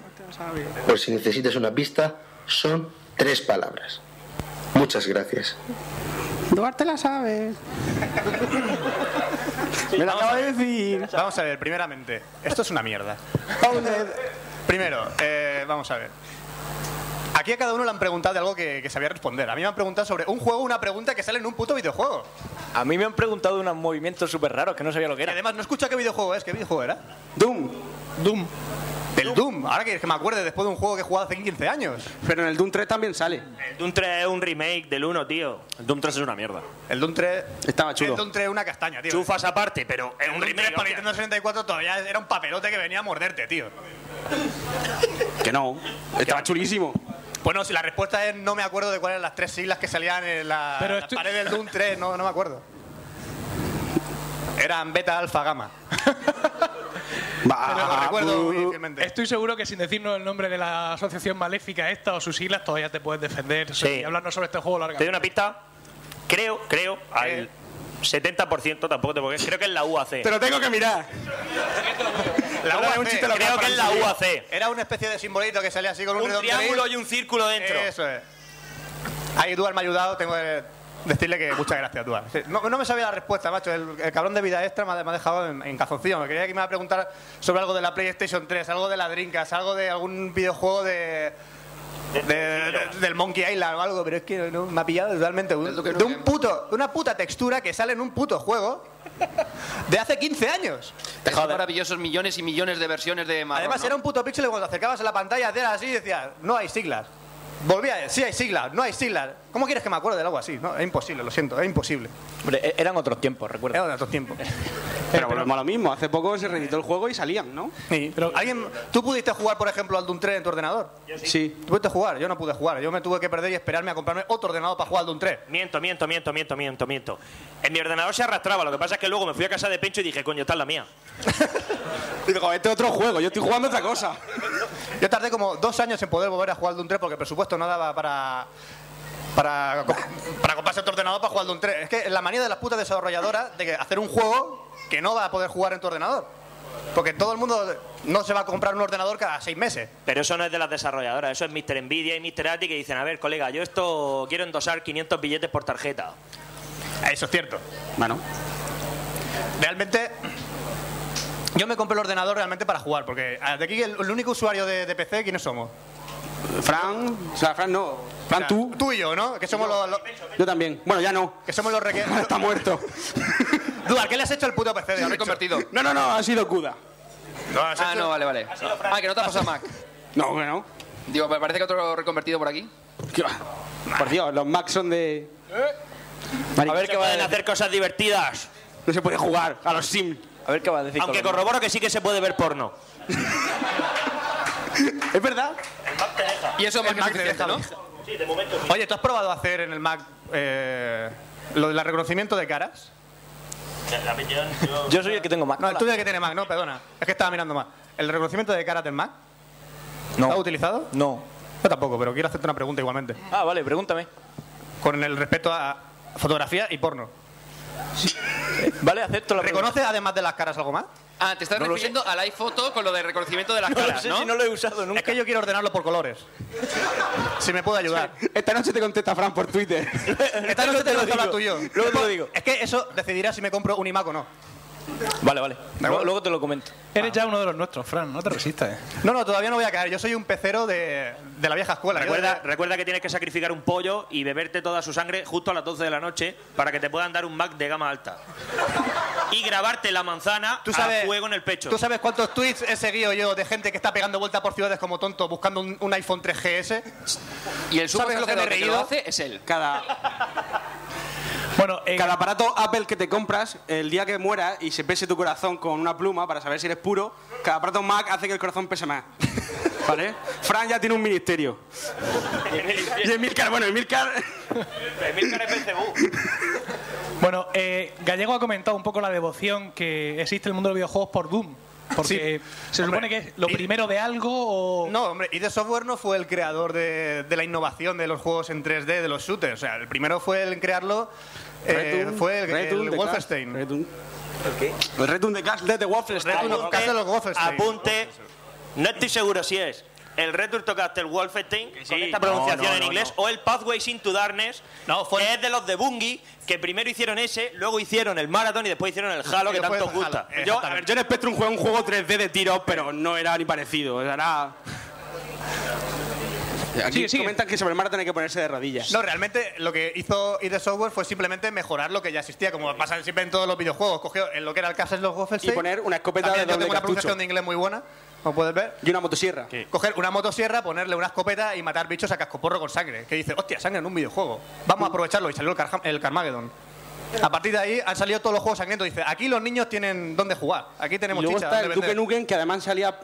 Por si necesitas una pista, son tres palabras. Muchas gracias.
Duarte la sabe.
Me lo acabo de decir. Vamos a ver, primeramente, esto es una mierda. Primero, eh, vamos a ver. Aquí a cada uno le han preguntado de algo que, que sabía responder. A mí me han preguntado sobre un juego, una pregunta que sale en un puto videojuego.
A mí me han preguntado unos movimientos súper raros que no sabía lo que era.
Además, no escucha qué videojuego es, qué videojuego era.
Doom.
Doom.
Del Doom, ahora que que me acuerde después de un juego que he jugado hace 15 años.
Pero en el Doom 3 también sale.
El Doom 3 es un remake del 1, tío. El Doom 3 es una mierda.
El Doom 3
estaba
El Doom 3 es una castaña, tío.
Chufas aparte, pero es un
El Doom 3
remake.
para Nintendo 64 todavía era un papelote que venía a morderte, tío.
Que no. Estaba chulísimo.
Bueno, si la respuesta es no me acuerdo de cuáles eran las tres siglas que salían en la,
Pero
las
estoy-
paredes del Doom 3, no, no me acuerdo. Eran beta, alfa, gamma. Pero lo recuerdo muy fielmente.
Estoy seguro que sin decirnos el nombre de la asociación maléfica esta o sus siglas, todavía te puedes defender y hablarnos sobre este juego larga.
Te doy una pista. Creo, creo, al 70%, tampoco te porque creo que es la UAC.
Te lo tengo que mirar.
La
Ahora es un
UAC,
chiste local Creo que es la
para-
UAC.
Era una especie de simbolito que salía así con un,
Un
redondelín.
triángulo y un círculo dentro.
Eso es. Ahí Dual me ha ayudado, tengo que decirle que muchas gracias, Dual. Sí, No, no me sabía la respuesta, macho. El, el cabrón de vida extra me ha, me ha dejado en, en cazoncillo. Me creía que me iba a preguntar sobre algo de la PlayStation 3, algo de la Dreamcast, algo de algún videojuego de... de- de- del Monkey Island o algo, pero es que no, me ha pillado totalmente de un, de un puto, de una puta textura que sale en un puto juego de hace 15 años.
Esos maravillosos millones y millones de versiones de Marrón,
Además,
¿no?
era un puto píxel y cuando te acercabas a la pantalla, hacías así y decías, no hay siglas. Volvía a decir, sí hay siglas, no hay siglas. ¿Cómo quieres que me acuerde de algo así? No, es imposible, lo siento, es imposible.
Hombre, e- eran otros tiempos, recuerda.
Eran otros tiempos.
Pero volvemos a lo mismo. Hace poco se reeditó el juego y salían, ¿no?
Sí. ¿Alguien, ¿Tú pudiste jugar, por ejemplo, al Doom 3 en tu ordenador?
sí.
¿Tú pudiste jugar? Yo no pude jugar. Yo me tuve que perder y esperarme a comprarme otro ordenador para jugar al Doom 3.
Miento, miento, miento, miento, miento, miento. En mi ordenador se arrastraba, lo que pasa es que luego me fui a casa de Pencho y dije, coño, esta es la mía.
Digo, este otro juego, yo estoy jugando otra cosa.
Yo tardé como dos años en poder volver a jugar al Doom 3 porque el presupuesto no daba para. Para, co- para comprarse otro ordenador para jugar al Doom 3. Es que la manía de las putas desarrolladoras de que hacer un juego que no va a poder jugar en tu ordenador. Porque todo el mundo no se va a comprar un ordenador cada seis meses.
Pero eso no es de las desarrolladoras, eso es Mr. Nvidia y Mr. Ati que dicen, a ver, colega, yo esto quiero endosar 500 billetes por tarjeta.
Eso es cierto.
Bueno.
Realmente, yo me compré el ordenador realmente para jugar, porque ah, de aquí el, el único usuario de, de PC, ¿quiénes somos?
Fran, o sea, Fran no. Fran,
O sea,
tú.
Tú y yo, ¿no? Que somos los, los-
Yo también. Bueno, ya no.
que somos los reque...
Está muerto.
Duar, ¿qué le has hecho al puto PC?
Me he convertido.
No, no, no, ha sido Cuda.
Ah, no, vale, vale. Ah, que no te has pasado Mac.
No, bueno.
Digo, me parece que otro reconvertido por aquí.
¿Qué va? Por Dios, los Macs son de. Maric-
A ver qué va a
Pueden
decir.
hacer cosas divertidas,
No se puede jugar a los Sims.
A ver qué va a decir.
aunque
Colombo.
corroboro que sí que se puede ver porno.
¿Es verdad?
Y eso más
El
que
Mac te
suficiente,
deja,
¿no?
Oye, ¿tú has probado hacer en el Mac eh, lo del reconocimiento de caras?
Yo soy el que tengo más.
No, el tuyo que tiene Mac, no, perdona. Es que estaba mirando más. ¿El reconocimiento de caras del Mac? ¿Lo has
no.
utilizado?
No.
Yo tampoco, pero quiero hacerte una pregunta igualmente.
Ah, vale, pregúntame.
Con el respecto a fotografía y porno.
Vale, acepto la pregunta.
¿Reconoce además de las caras algo más?
Ah, te estás refiriendo al iPhoto con lo de reconocimiento de las
No lo
caras,
sé
¿no?
si no lo he usado nunca.
Es que yo quiero ordenarlo por colores. si me puede ayudar.
Esta noche te contesta Fran por Twitter.
Esta noche te lo
digo.
hablar tú y yo.
Luego te lo digo.
Es que eso decidirá si me compro un iMac o no.
Vale, vale. Luego, luego te lo comento.
Eres ya uno de los nuestros, Fran, no te resistas. eh.
No, no, todavía no voy a caer. Yo soy un pecero de, de la vieja escuela. Yo
Recuerda,
de-
recuerda que tienes que sacrificar un pollo y beberte toda su sangre justo a las 12 de la noche para que te puedan dar un Mac de gama alta. Y grabarte la manzana
¿Tú sabes,
a fuego en el pecho.
¿Tú sabes cuántos tweets he seguido yo de gente que está pegando vuelta por ciudades como tonto buscando un, un iPhone 3GS?
Y el sumo
¿Sabes lo que me he
sacerdote que lo
reído?
hace es él.
Cada,
Bueno, eh,
cada aparato Apple que te compras, el día que mueras y se pese tu corazón con una pluma para saber si eres puro, cada aparato Mac hace que el corazón pese más. ¿Vale? Fran ya tiene un ministerio. y Emilcar, bueno, Emilcar.
bueno eh, Gallego ha comentado un poco la devoción que existe en el mundo de los videojuegos por Doom. Porque se supone que es lo
y-
primero de algo o...
No, hombre, ID Software no fue el creador de, de la innovación de los juegos en 3D, de los shooters. O sea, el primero fue el en crearlo, eh,
Return,
fue el,
Return
el
de
Wolfenstein.
Cast, Return. El Return de Cast de The Wolfenstein.
Return of Castle of Wolfenstein.
apunte. No estoy seguro si es el Return to Castle Wolfenstein, con esta
No,
pronunciación
no,
en
no,
inglés, o el Pathways into Darkness,
No, fue-
que es de los de Bungie, que primero hicieron ese, luego hicieron el Marathon y después hicieron el Halo,
Y
que
después
tanto os
el Halo,
gusta.
eh.
Yo, a ver, yo en Spectrum jugué un juego 3D de tiros, pero no era ni parecido. Era... Aquí
Sigue, sigue.
comentan que sobre el mar tiene que ponerse de rodillas.
No, realmente lo que hizo ID Software fue simplemente mejorar lo que ya existía, como pasa siempre en todos los videojuegos. Cogió en lo que era el Castle of Wolfenstein.
Y poner una escopeta
También yo
de doble
tengo una
cartucho.
pronunciación de inglés muy buena, como puedes ver.
Y una motosierra.
Coger una motosierra, ponerle una escopeta y matar bichos a cascoporro con sangre. Que dice, hostia, sangre en un videojuego. Vamos a aprovecharlo. Y salió el, Carha- el Carmageddon. A partir de ahí han salido todos los juegos sangrientos. Dice, aquí los niños tienen dónde jugar. Aquí
Y
tenemos
luego
chicha
está el
dónde
Duque
vender".
Nukem, que además salía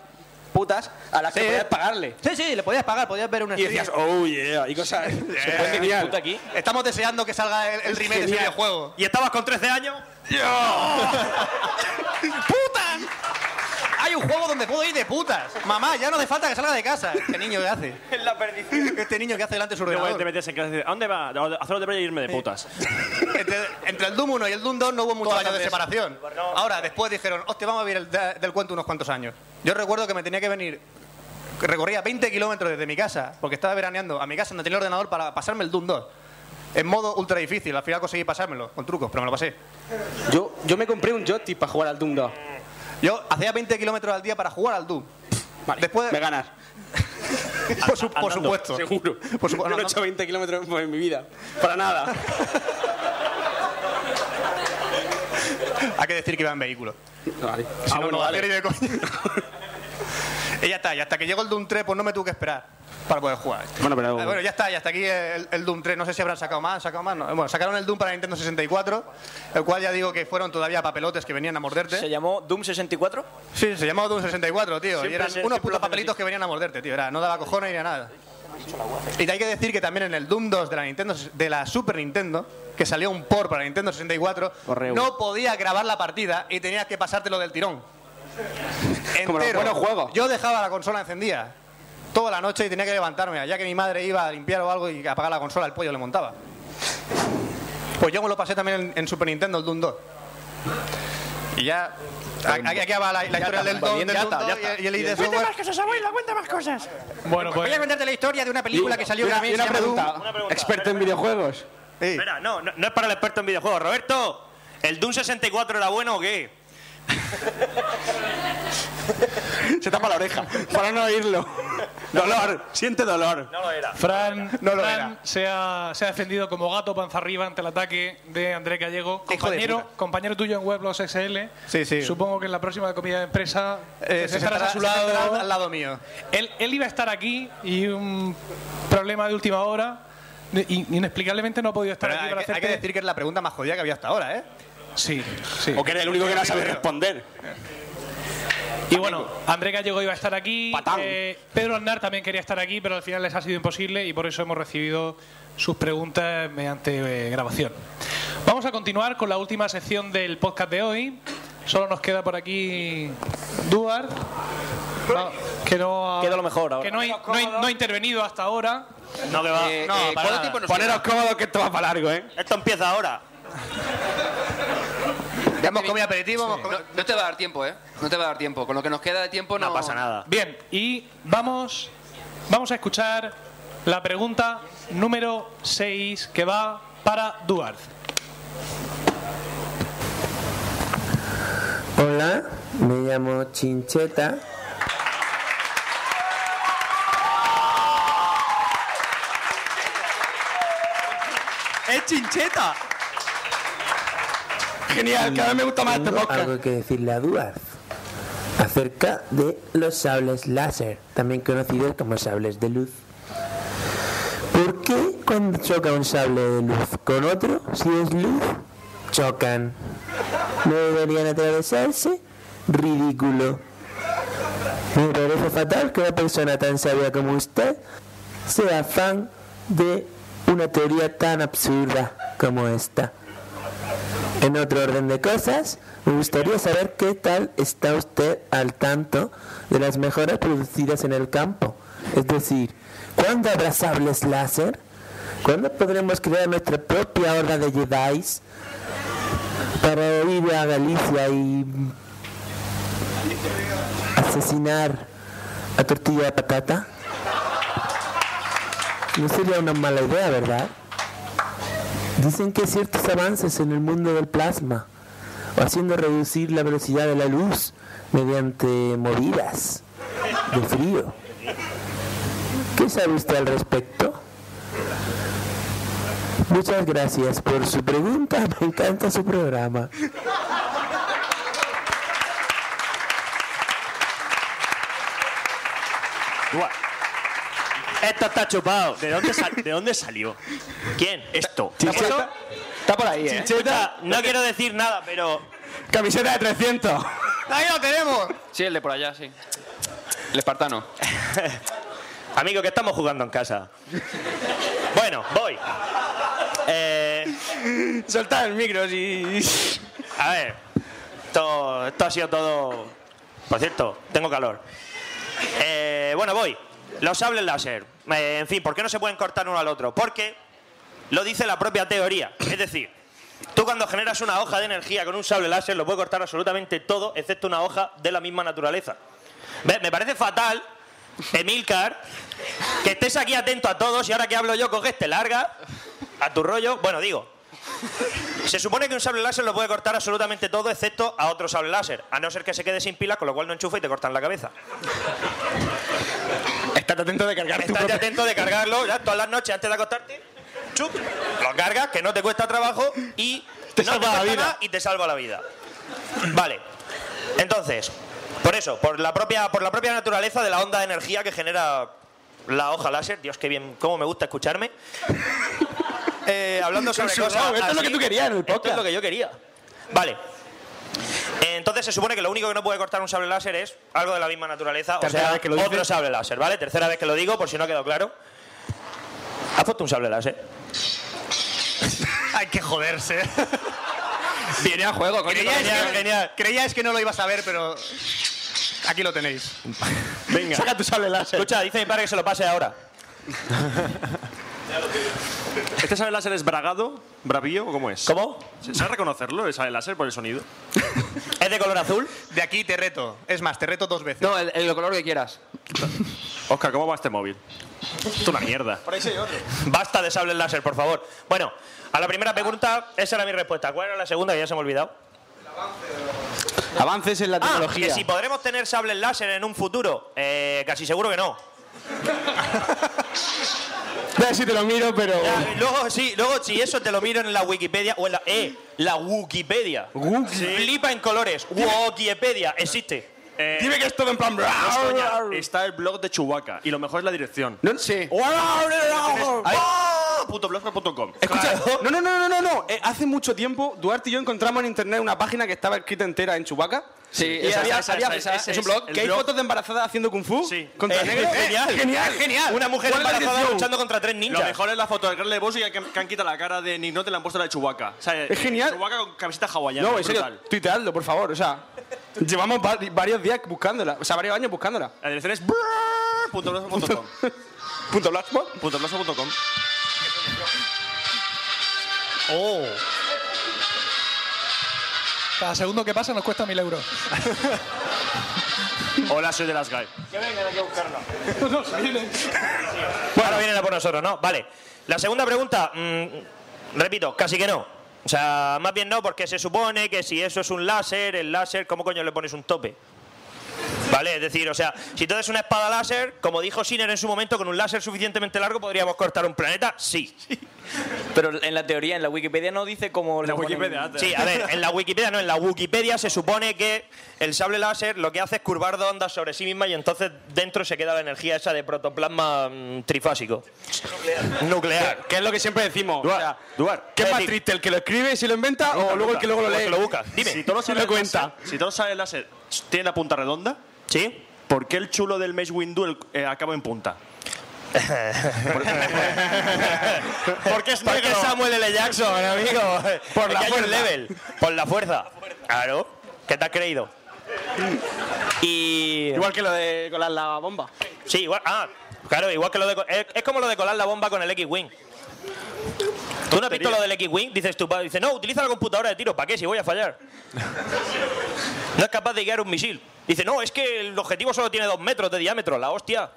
putas a las que
Sí.
podías pagarle.
Sí, sí, le podías pagar, podías ver un
Y
stream.
decías, oh yeah, y cosas. Fue genial.
Puta aquí.
Estamos deseando que salga el, el remake de ese
Genial. ¡Oh!
videojuego.
Y estabas con 13 años.
¡Putas! Hay un juego donde puedo ir de putas. Mamá, ya no hace falta que salga de casa. Este niño que hace.
En la perdición.
Este niño que hace delante de su
Luego te
ordenador.
metes en clase y dices, ¿a dónde va? Hacerlo de playa y irme de putas.
Entre, entre el Doom 1 y el Doom 2 no hubo muchos años de separación. Ahora, después dijeron, hostia, vamos a vivir el da- del cuento unos cuantos años. Yo recuerdo que me tenía que venir, que recorría 20 kilómetros desde mi casa, porque estaba veraneando a mi casa donde tenía el ordenador para pasarme el Doom 2. En modo ultra difícil, al final conseguí pasármelo, con trucos, pero me lo pasé.
Yo, yo me compré un joystick para jugar al Doom 2.
Yo hacía 20 kilómetros al día para jugar al Doom.
Vale,
Después-
me ganas.
Por, su- por
Andando,
supuesto.
Seguro.
Por supuesto.
Yo no he hecho 20 kilómetros en mi vida. Para nada.
Hay que decir que iba en vehículo.
Vale.
Si
Ah,
no,
bueno,
no va a
vale.
hacer ni de coña. Y ya está, y hasta que llegó el Doom 3, pues no me tuve que esperar para poder jugar.
Bueno, pero.
Ah, bueno, ya está, ya hasta aquí el, el Doom 3. No sé si habrán sacado más, sacado más. no. Bueno, sacaron el Doom para Nintendo 64, el cual ya digo que fueron todavía papelotes que venían a morderte.
¿Se llamó Doom 64?
Sí, se llamaba Doom 64, tío.
Siempre
y eran
se-
unos
siempre lo
putos
hacen
papelitos
así.
que venían a morderte, tío. Era, no daba cojones ni era nada. Y hay que decir que también en el Doom 2 de la Nintendo de la Super Nintendo, que salió un port para Nintendo 64,
Correo.
no podías grabar la partida y tenías que pasártelo del tirón.
Como los buenos juegos.
Yo dejaba la consola encendida toda la noche y tenía que levantarme, ya que mi madre iba a limpiar o algo y apagar la consola, el pollo le montaba. Pues yo me lo pasé también en, en Super Nintendo, el Doom 2. Y ya. Aquí acaba la, la historia del Doom, del
Ya
Doom
está, ya
2
está.
y, y el ID de
Cuenta
software.
más cosas, abuelo, cuenta más cosas.
Bueno, pues.
Voy a contarte la historia de una película que salió
Y
una
una, y
vez.
una
se llama
pregunta.
Doom.
Experto en videojuegos.
Espera, no, no, no es para el experto en videojuegos. Roberto, ¿el Doom 64 era bueno o qué?
Se tapa la oreja para no oírlo. Dolor, siente dolor.
No lo era.
Fran,
No lo
Fran
era.
Se, ha, se ha defendido como gato panza arriba ante el ataque de Andrés Gallego,
Hijo de
compañero,
puta.
compañero tuyo en Weblos SL.
Sí, sí.
Supongo que en la próxima comida de empresa
Eh,
te
se
sentarás
sentará-
a su
se sentará
lado.
al lado mío.
Él, él iba a estar aquí y un problema de última hora. de- in- Inexplicablemente no ha podido estar
Pero
aquí
hay,
para
que, hay
hacerte...
que decir que es la pregunta más jodida que había hasta ahora, ¿eh?
Sí, sí.
O que eres el único que no sabe responder.
Y bueno, André Gallego iba a estar aquí,
Patán.
eh, Pedro Aznar también quería estar aquí, pero al final les ha sido imposible y por eso hemos recibido sus preguntas mediante eh, grabación. Vamos a continuar con la última sección del podcast de hoy. Solo nos queda por aquí Duar, no, que no ha,
Queda lo mejor ahora.
que no ha, no ha- no ha intervenido hasta ahora.
No, que va.
Eh,
no,
eh,
para
¿cuánto
nada.
tiempo nos
Poneros cómodos que esto va para largo, ¿eh?
Esto empieza ahora.
Ya hemos comido aperitivo, hemos comido...
No te va a dar tiempo, ¿eh? No te va a dar tiempo. Con lo que nos queda de tiempo no,
No pasa nada.
Bien, y vamos, vamos a escuchar la pregunta número 6 que va para Duarte.
Hola, me llamo Chincheta.
¡Es chincheta!
Genial, cada vez me gusta más este
Tengo
podcast.
algo que decirle a Duarte acerca de los sables láser, también conocidos como sables de luz. ¿Por qué cuando choca un sable de luz con otro, si es luz, chocan? ¿No deberían atravesarse? Ridículo. Me parece fatal que una persona tan sabia como usted sea fan de una teoría tan absurda como esta. En otro orden de cosas, me gustaría saber qué tal está usted al tanto de las mejoras producidas en el campo. Es decir, ¿cuándo habrá sables láser? ¿Cuándo podremos crear nuestra propia horda de Jedi para ir a Galicia y asesinar a tortilla de patata? No sería una mala idea, ¿verdad? Dicen que ciertos avances en el mundo del plasma, o haciendo reducir la velocidad de la luz mediante movidas de frío. ¿Qué sabe usted al respecto? Muchas gracias por su pregunta, me encanta su programa.
Buah. Esto está chupado. ¿De dónde, sal- ¿De dónde salió? ¿Quién? Esto.
Chincheta,
Está por ahí, ¿eh?
Chincheta, no quiero decir nada, pero.
camiseta de 300.
¡Ah,
¡Ahí lo tenemos!
Sí, el de por allá, sí. El espartano.
Amigo, que estamos jugando en casa. Bueno, voy. Eh,
Soltad el micro si.
a ver. Esto, esto ha sido todo. Por cierto, tengo calor. Eh, bueno, voy. Los sables láser. Eh, en fin, ¿por qué no se pueden cortar uno al otro? Porque lo dice la propia teoría. Es decir, tú cuando generas una hoja de energía con un sable láser lo puedes cortar absolutamente todo, excepto una hoja de la misma naturaleza. ¿Ves? Me parece fatal, Emilcar, que estés aquí atento a todos y ahora que hablo yo coges, te larga a tu rollo. Bueno, digo, se supone que un sable láser lo puede cortar absolutamente todo, excepto a otro sable láser, a no ser que se quede sin pila, con lo cual no enchufa y te cortan la cabeza.
Estate atento de cargar tu
Estate
propia-
atento de cargarlo ya todas las noches antes de acostarte. Chup, lo cargas, que no te cuesta trabajo y
Te
no
salva la
cuesta
vida.
nada y te salva la vida. Vale. Entonces, Por eso, por la propia, por la propia naturaleza de la onda de energía que genera la hoja láser. Dios, qué bien, cómo me gusta escucharme. Eh, hablando sobre
Qué
cosas.
chorrao, esto es lo
así.
que tú querías en el
Esto es
podcast.
lo que yo quería. Vale. Eh, Entonces se supone que lo único que no puede cortar un sable láser es algo de la misma naturaleza,
Tercera
o sea,
vez que lo
otro
dices.
sable láser, ¿vale? Tercera vez que lo digo, por si no ha quedado claro. ¿Has puesto un sable láser?
Hay que joderse.
Viene a juego, coño.
Creíais
Genial,
que, creíais que no lo ibas a ver, pero aquí lo tenéis.
Venga.
Saca
tu sable láser. Escucha, dice mi padre que se lo pase ahora.
¿Este sable láser es bragado? ¿Bravío? ¿Cómo es?
¿Cómo?
¿Sabes reconocerlo, el sable láser, por el sonido?
¿Es de color azul?
De aquí te reto. Es más, te reto dos veces.
No, el, el color que quieras.
Oscar, ¿cómo va este móvil? Esto es una mierda.
Por ahí otro. Basta de sables láser, por favor. Bueno, a la primera pregunta, esa era mi respuesta. ¿Cuál era la segunda? Que ya se me ha olvidado.
Avances en la
Ah,
tecnología.
que si podremos tener sables láser en un futuro. Eh, casi seguro que no.
si te lo miro, pero.
Eh, Luego, sí, luego si eso te lo miro en la Wikipedia o en la... Eh, la Wikipedia. Flipa en colores. Wikipedia. Existe.
Eh,
Dime que es todo en plan.
no es coña, Está el blog de Chewbacca y lo mejor es la dirección.
No sé.
Ahí- .blogspot.com.
Escucha, no, no, no, no, no, no. Eh, hace mucho tiempo Duarte y yo encontramos en internet una página que estaba escrita entera en Chubaca.
Sí,
y
esa,
había,
esa,
había-
esa, esa,
es,
ese
un blog
es
que hay
el blog.
fotos de embarazadas haciendo kung fu
Sí.
contra
Eh,
negros.
es genial.
Es genial,
Es genial. Una mujer
Buena
embarazada
dirección.
luchando contra tres
Lo
ninjas.
mejor es la foto de Carl Boss y que, que han quitado la cara de Nick Note y le han puesto la de Chewbacca. O sea, eh,
Es genial.
Chewbacca con camiseta hawaiana.
No, en serio,
brutal.
tuiteadlo, por favor. O sea, llevamos vari- varios días buscándola. O sea, varios años buscándola.
La dirección es .blogspot.com.
Punto blogspot.
.blogspot.com.
Oh.
Cada segundo que pasa nos cuesta mil euros.
Hola, soy de las Guy.
Bueno, ahora vienen a por nosotros, ¿no? Vale. La segunda pregunta, mm, repito, casi que no. O sea, más bien no, porque se supone que si eso es un láser, el láser, ¿cómo coño le pones un tope? Vale, es decir, o sea, si todo es una espada láser, como dijo Sinner en su momento, con un láser suficientemente largo podríamos cortar un planeta, sí.
Pero en la teoría, en la Wikipedia no dice cómo...
La
lo ponen.
Wikipedia.
Sí, a ver, en la Wikipedia no, en la Wikipedia se supone que el sable láser lo que hace es curvar dos ondas sobre sí misma y entonces dentro se queda la energía esa de protoplasma mm, trifásico. Nuclear.
Que es lo que siempre decimos. o sea,
Duar.
¿Qué es más
Eric.
triste, el que lo escribe y si lo inventa o luego el que luego lo
O el
lee?
que lo busca. Dime.
Si todo
Si lo cuenta.
si todo sale láser, tiene la punta redonda,
¿Sí?
¿por qué el chulo del Mace Windu el- eh, acaba en punta?
Porque es Porque Samuel L. Jackson, amigo. Por la fuerza. level. Por la fuerza. Claro. ¿Qué te has creído? Y.
Igual que lo de colar la bomba.
Sí, igual. Ah, claro, igual que lo de. co- Es, es como lo de colar la bomba con el X-Wing. ¿Tú no has visto lo del X-Wing? Dices tu padre, dice, no, utiliza la computadora de tiro, ¿para qué? Si voy a fallar. No es capaz de guiar un misil. Dice, no, es que el objetivo solo tiene dos metros de diámetro, la hostia.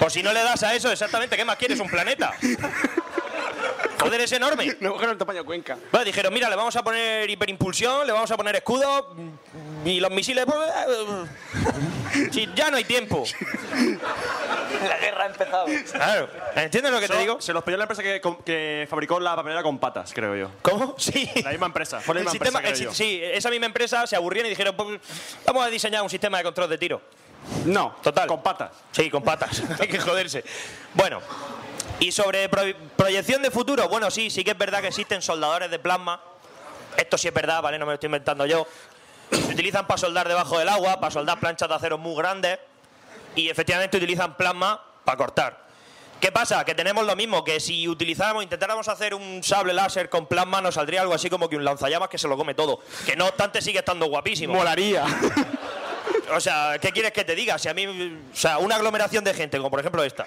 Por si no le das a eso, exactamente, ¿qué más quieres? ¿Un planeta? Joder, es enorme.
No cogieron el tamaño cuenca.
Bueno, dijeron, mira, le vamos a poner hiperimpulsión, le vamos a poner escudo mm, y los misiles... Sí, ya no hay tiempo.
La guerra ha empezado.
Claro. ¿Entiendes lo que te
Eso
digo?
Se los pidió la empresa que, com- que fabricó la papelera con patas, creo yo.
¿Cómo? Sí.
La misma empresa. Fue la
El
misma
sistema-
empresa,
el
creo
si- sí, esa misma empresa se aburrían y dijeron, "Pues, vamos a diseñar un sistema de control de tiro.
No.
Total.
yo. Con patas.
Sí, con patas. Hay que joderse. Bueno, y sobre pro- proyección de futuro, bueno, sí, sí que es verdad que existen soldadores de plasma. Esto sí es verdad, ¿vale? No me lo estoy inventando yo. Se utilizan para soldar debajo del agua, para soldar planchas de acero muy grandes. Y efectivamente utilizan plasma para cortar. ¿Qué pasa? Que tenemos lo mismo, que si utilizáramos, intentáramos hacer un sable láser con plasma, nos saldría algo así como que un lanzallamas que se lo come todo. Que no obstante sigue estando guapísimo.
Molaría.
O sea, ¿qué quieres que te diga? Si a mí, o sea, una aglomeración de gente, como por ejemplo esta,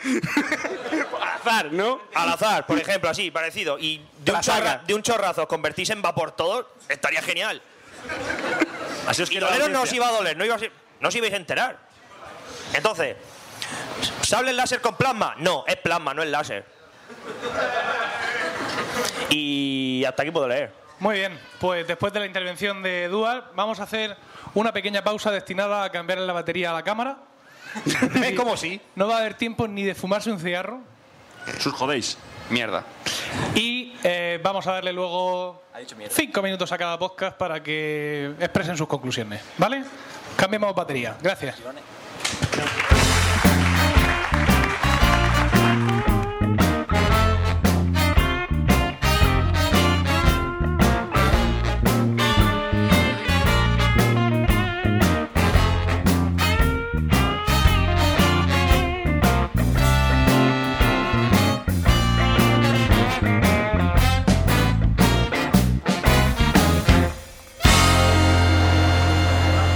Azar, ¿no?
al azar, por ejemplo, así, parecido, y de un,
La saga.
chorra- de un chorrazo os convertís en vapor todos, estaría genial.
Así os
Y
quiero la
doleros no os
audiencia.
iba a doler, no, iba a ser- no os ibais a enterar. Entonces, ¿sables láser con plasma? No, es plasma, no es láser. Y hasta aquí puedo leer.
Muy bien, pues después de la intervención de Dual, vamos a hacer una pequeña pausa destinada a cambiar la batería a la cámara.
¿Ves cómo sí?
No va a haber tiempo ni de fumarse un cigarro,
Sus jodéis.
Mierda.
Y eh, vamos a darle luego cinco minutos a cada podcast para que expresen sus conclusiones. ¿Vale? Cambiemos batería. Gracias.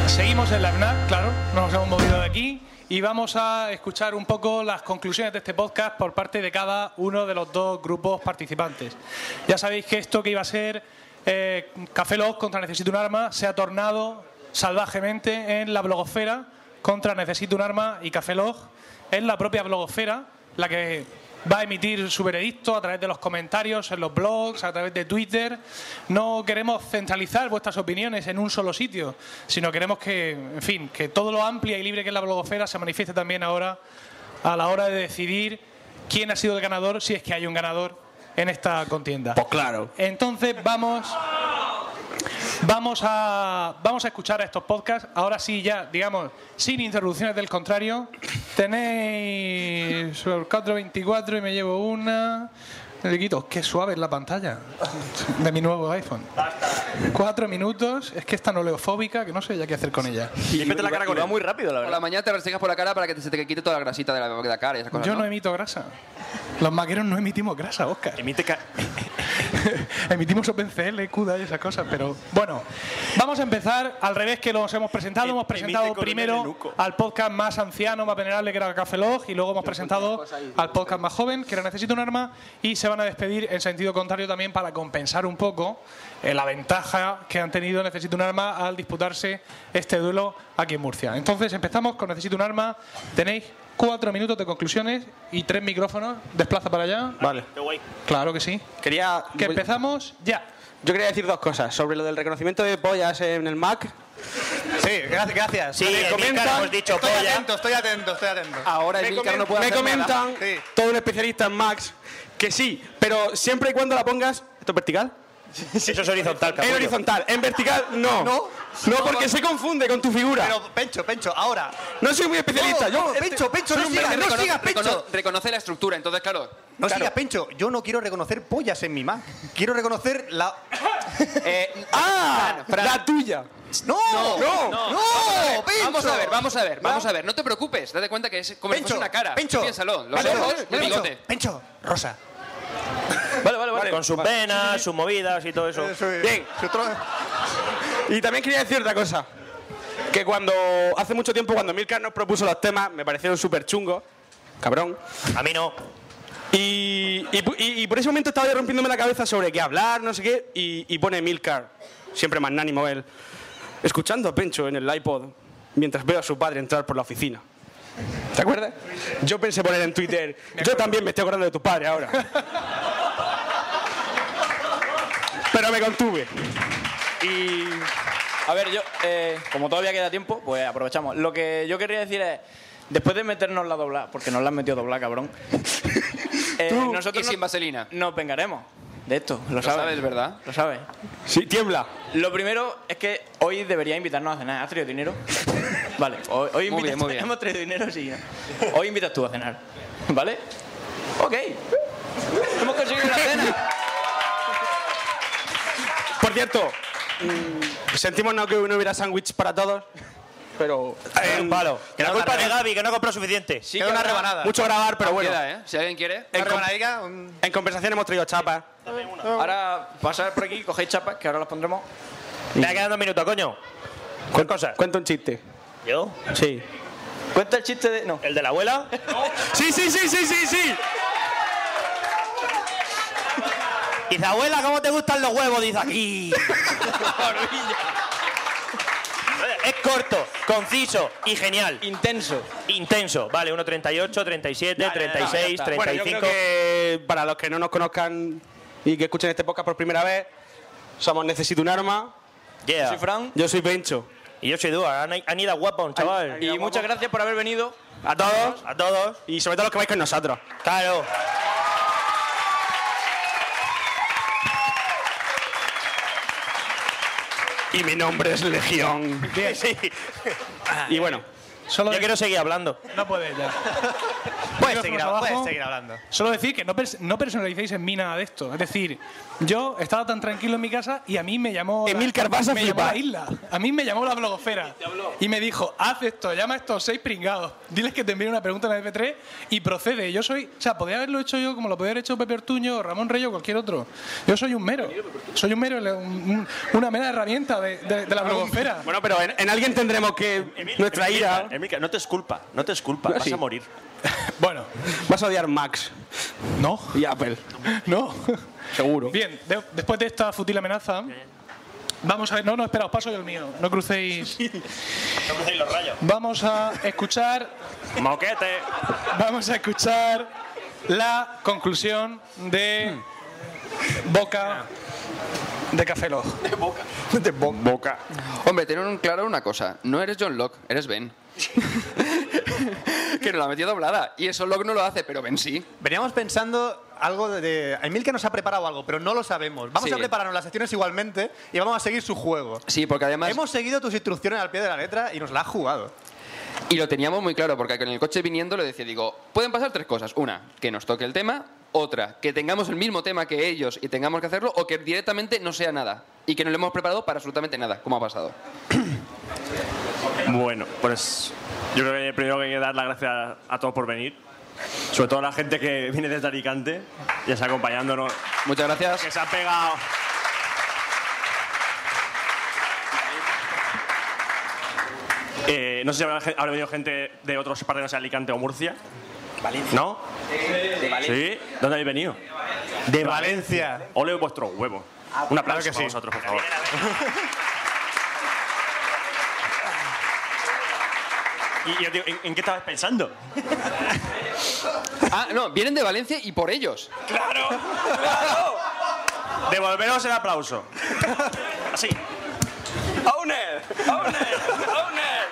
Seguimos en la FNAC, claro, no nos hemos movido de aquí y vamos a escuchar un poco las conclusiones de este podcast por parte de cada uno de los dos grupos participantes. Ya sabéis que esto que iba a ser eh, Café Lock contra Necesito un Arma se ha tornado salvajemente en la blogosfera contra Necesito un Arma y Café Lock. Es la propia blogosfera la que va a emitir su veredicto a través de los comentarios, en los blogs, a través de Twitter. No queremos centralizar vuestras opiniones en un solo sitio, sino queremos que, en fin, que todo lo amplia y libre que es la blogosfera se manifieste también ahora a la hora de decidir quién ha sido el ganador, si es que hay un ganador en esta contienda. Pues
claro.
Entonces vamos Vamos a, vamos a escuchar a estos podcasts. Ahora sí, ya, digamos, sin interrupciones del contrario. Tenéis el 424 y me llevo una. Le quito, qué suave es la pantalla de mi nuevo iPhone. Cuatro minutos, es que esta no leofóbica, que no sé ya qué hacer con ella.
muy rápido, la verdad. Por la mañana te resegas por la cara para que te- se te quite toda la grasita de la, de la cara y esas cosas.
Yo
¿no?
no emito grasa. Los maqueros no emitimos grasa, Oscar.
Emite
Emitimos OpenCL, CUDA y esas cosas, pero bueno, vamos a empezar al revés que los hemos
Em-
presentado. Hemos presentado
coronel
primero
Enuco.
al podcast más anciano, más venerable que era Café Log, y luego hemos presentado al podcast más joven que era Necesito un arma y se van a despedir en sentido contrario también para compensar un poco eh, la ventaja que han tenido Necesito un arma al disputarse este duelo aquí en Murcia. Entonces empezamos con Necesito un arma. Tenéis cuatro minutos de conclusiones y tres micrófonos. Desplaza para allá.
Vale.
Claro que sí.
Quería
Que empezamos ya.
Yo quería decir dos cosas sobre lo del reconocimiento de pollas en el Mac.
Sí, gracias. gracias.
Sí, en Ícaro hemos dicho
estoy
polla.
atento, estoy atento, estoy atento.
Ahora
Me
el Ícaro
comen-
no puede
Me
hacer nada.
comentan. Sí.
Todo un especialista en Max que sí, pero siempre y cuando la pongas. ¿Esto es vertical?
Eso es horizontal,
En
capullo.
horizontal, en vertical no.
No.
No, porque se confunde con tu figura.
Pero, Pencho, Pencho, ahora.
No soy muy especialista, yo-
este
Pencho, Pencho, no sigas, no
recono- recono-
sigas, Pencho.
Reconoce la estructura, entonces, claro.
No sigas, Pencho. Yo no quiero reconocer pollas en mi Mac. Quiero reconocer la. eh,
¡Ah! La tuya.
¡No! ¡No! ¡No!
Vamos a ver,
Pencho.
Vamos a ver, vamos a ver, vamos a ver. No te preocupes, date cuenta que es como si
Pencho,
fuese una cara.
Pencho.
Piénsalo, los
Pencho,
ojos y el
Pencho,
bigote.
Pencho, rosa.
Vale, vale, vale. Con sus venas, sus movidas y todo eso.
Bien. Y también quería decir otra cosa. Que cuando hace mucho tiempo, cuando Milcar nos propuso los temas, me parecieron súper chungos. Cabrón.
A mí no.
Y, y pu- y- y por ese momento estaba yo rompiéndome la cabeza sobre qué hablar, no sé qué, y, y pone Milcar, siempre magnánimo él, escuchando a Pencho en el iPod mientras veo a su padre entrar por la oficina. ¿Te acuerdas? Yo pensé poner en Twitter, yo también me estoy acordando de tu padre ahora. Pero me contuve.
Y. A ver, yo, eh, como todavía queda tiempo, pues aprovechamos. Lo que yo quería decir es. Después de meternos la dobla, porque nos la han metido dobla, cabrón. eh,
y sin
no-
vaselina.
Nos vengaremos de esto, lo,
Lo
sabes.
sabes, ¿verdad?
Lo sabes.
Sí, tiembla.
Lo primero es que hoy debería invitarnos a cenar. ¿Has traído dinero? Vale, hoy, hoy
Muy
invitas-
bien, muy bien.
Hemos traído dinero, sí. Hoy invitas tú a cenar. ¿Vale? Ok. Hemos conseguido una cena.
Por cierto, mm, sentimos no que no hubiera sándwich para todos, pero...
Un palo. Que la
Eh, No,
culpa es de
Gaby.
Gaby, que no ¿eh? compró suficiente.
Sí,
Queda
que
una
habrá-
rebanada.
Mucho grabar, pero bueno.
Queda, ¿eh? Si alguien quiere.
En,
Una
com-
rebanadica. un-
en conversación hemos traído chapas.
Ahora pasar por aquí, cogéis chapas, que ahora las pondremos.
Te ha quedado un minuto, coño. ¿Qué cosa?
Cuenta un chiste.
¿Yo?
Sí.
Cuenta el chiste de. No.
¿El de la abuela?
Sí, sí, sí, sí, sí, sí.
Dice, abuela, ¿cómo te gustan los huevos? Dice aquí. Eh, es corto, conciso y genial.
Intenso.
Intenso. Vale, 1.38, 37,
ya, ya,
36,
ya está.
Bueno, yo
35.
creo que para los que no nos conozcan y que escuchen este podcast por primera vez, somos Necesito un arma.
Yeah.
Soy Fran.
Yo soy Bencho.
Y yo soy Dúa. Han, han ido guapón, chaval.
Y muchas gracias por haber venido.
A todos
A todos.
y sobre todo los que vais con nosotros.
Claro.
Y mi nombre es Legión.
Sí.
Y bueno,
solo
yo quiero seguir hablando.
No puede ya.
Puedes
Amigos
seguir,
por
hab-
abajo.
puedes seguir hablando.
Solo decir que no, pers- no personalicéis en mí nada de esto. Es decir, yo estaba tan tranquilo en mi casa y a mí me llamó. la-
Emilcar, vas a
me llamó
flipar.
la isla. A mí me llamó la blogosfera. Y me dijo: haz esto, llama a estos seis pringados. Diles que te envíen una pregunta en la F3 y procede. Yo soy. O sea, podría haberlo hecho yo como lo podría haber hecho Pepe Ortuño, Ramón Rey o cualquier otro. Yo soy un mero. Soy un mero, un- un- una mera herramienta de, de- de la blogosfera.
Bueno, pero en, en alguien tendremos que. nuestra ira.
Emilcar, no te es culpa, no te es culpa,
No,
vas
sí.
a morir.
Bueno,
vas a odiar Max.
¿No?
Y Apple.
No.
Seguro.
Bien, de- después de esta futil amenaza, vamos a ver. No, no, espera, os paso yo el mío. No crucéis.
No crucéis los rayos.
Vamos a escuchar.
Moquete.
Vamos a escuchar la conclusión de Boca de Café Log.
De boca. Hombre, tener un claro una cosa. No eres John Locke, eres Ben. que nos la metió doblada. Y eso Locke no lo hace, pero Ben sí.
Veníamos pensando algo de, de Emil que nos ha preparado algo, pero no lo sabemos. Vamos
Sí.
a prepararnos las secciones igualmente y vamos a seguir su juego.
Sí, porque además...
Hemos seguido tus instrucciones al pie de la letra y nos la has jugado.
Y lo teníamos muy claro, porque con el coche viniendo le decía, digo, pueden pasar tres cosas. Una, que nos toque el tema. Otra, que tengamos el mismo tema que ellos y tengamos que hacerlo. O que directamente no sea nada. Y que no lo hemos preparado para absolutamente nada, como ha pasado.
Bueno, pues yo creo que primero que hay que dar las gracias a, a todos por venir. Sobre todo a la gente que viene desde Alicante y está acompañándonos.
Muchas gracias.
Que se ha pegado. Eh, no sé si habrá, gen- habrá venido gente de otros partes, no sé, Alicante o Murcia. Valencia. ¿No?
De
¿Sí? ¿Dónde habéis venido? De Valencia. Ole vuestro huevo. Un aplauso
Ah, pues claro que
para
sí.
vosotros, por favor. Y yo digo, ¿en, en qué estabas pensando?
Ah, no, vienen de Valencia y por ellos.
¡Claro! ¡Claro! Devolveros el aplauso. Así. ¡Owner! ¡Owner! ¡Owner!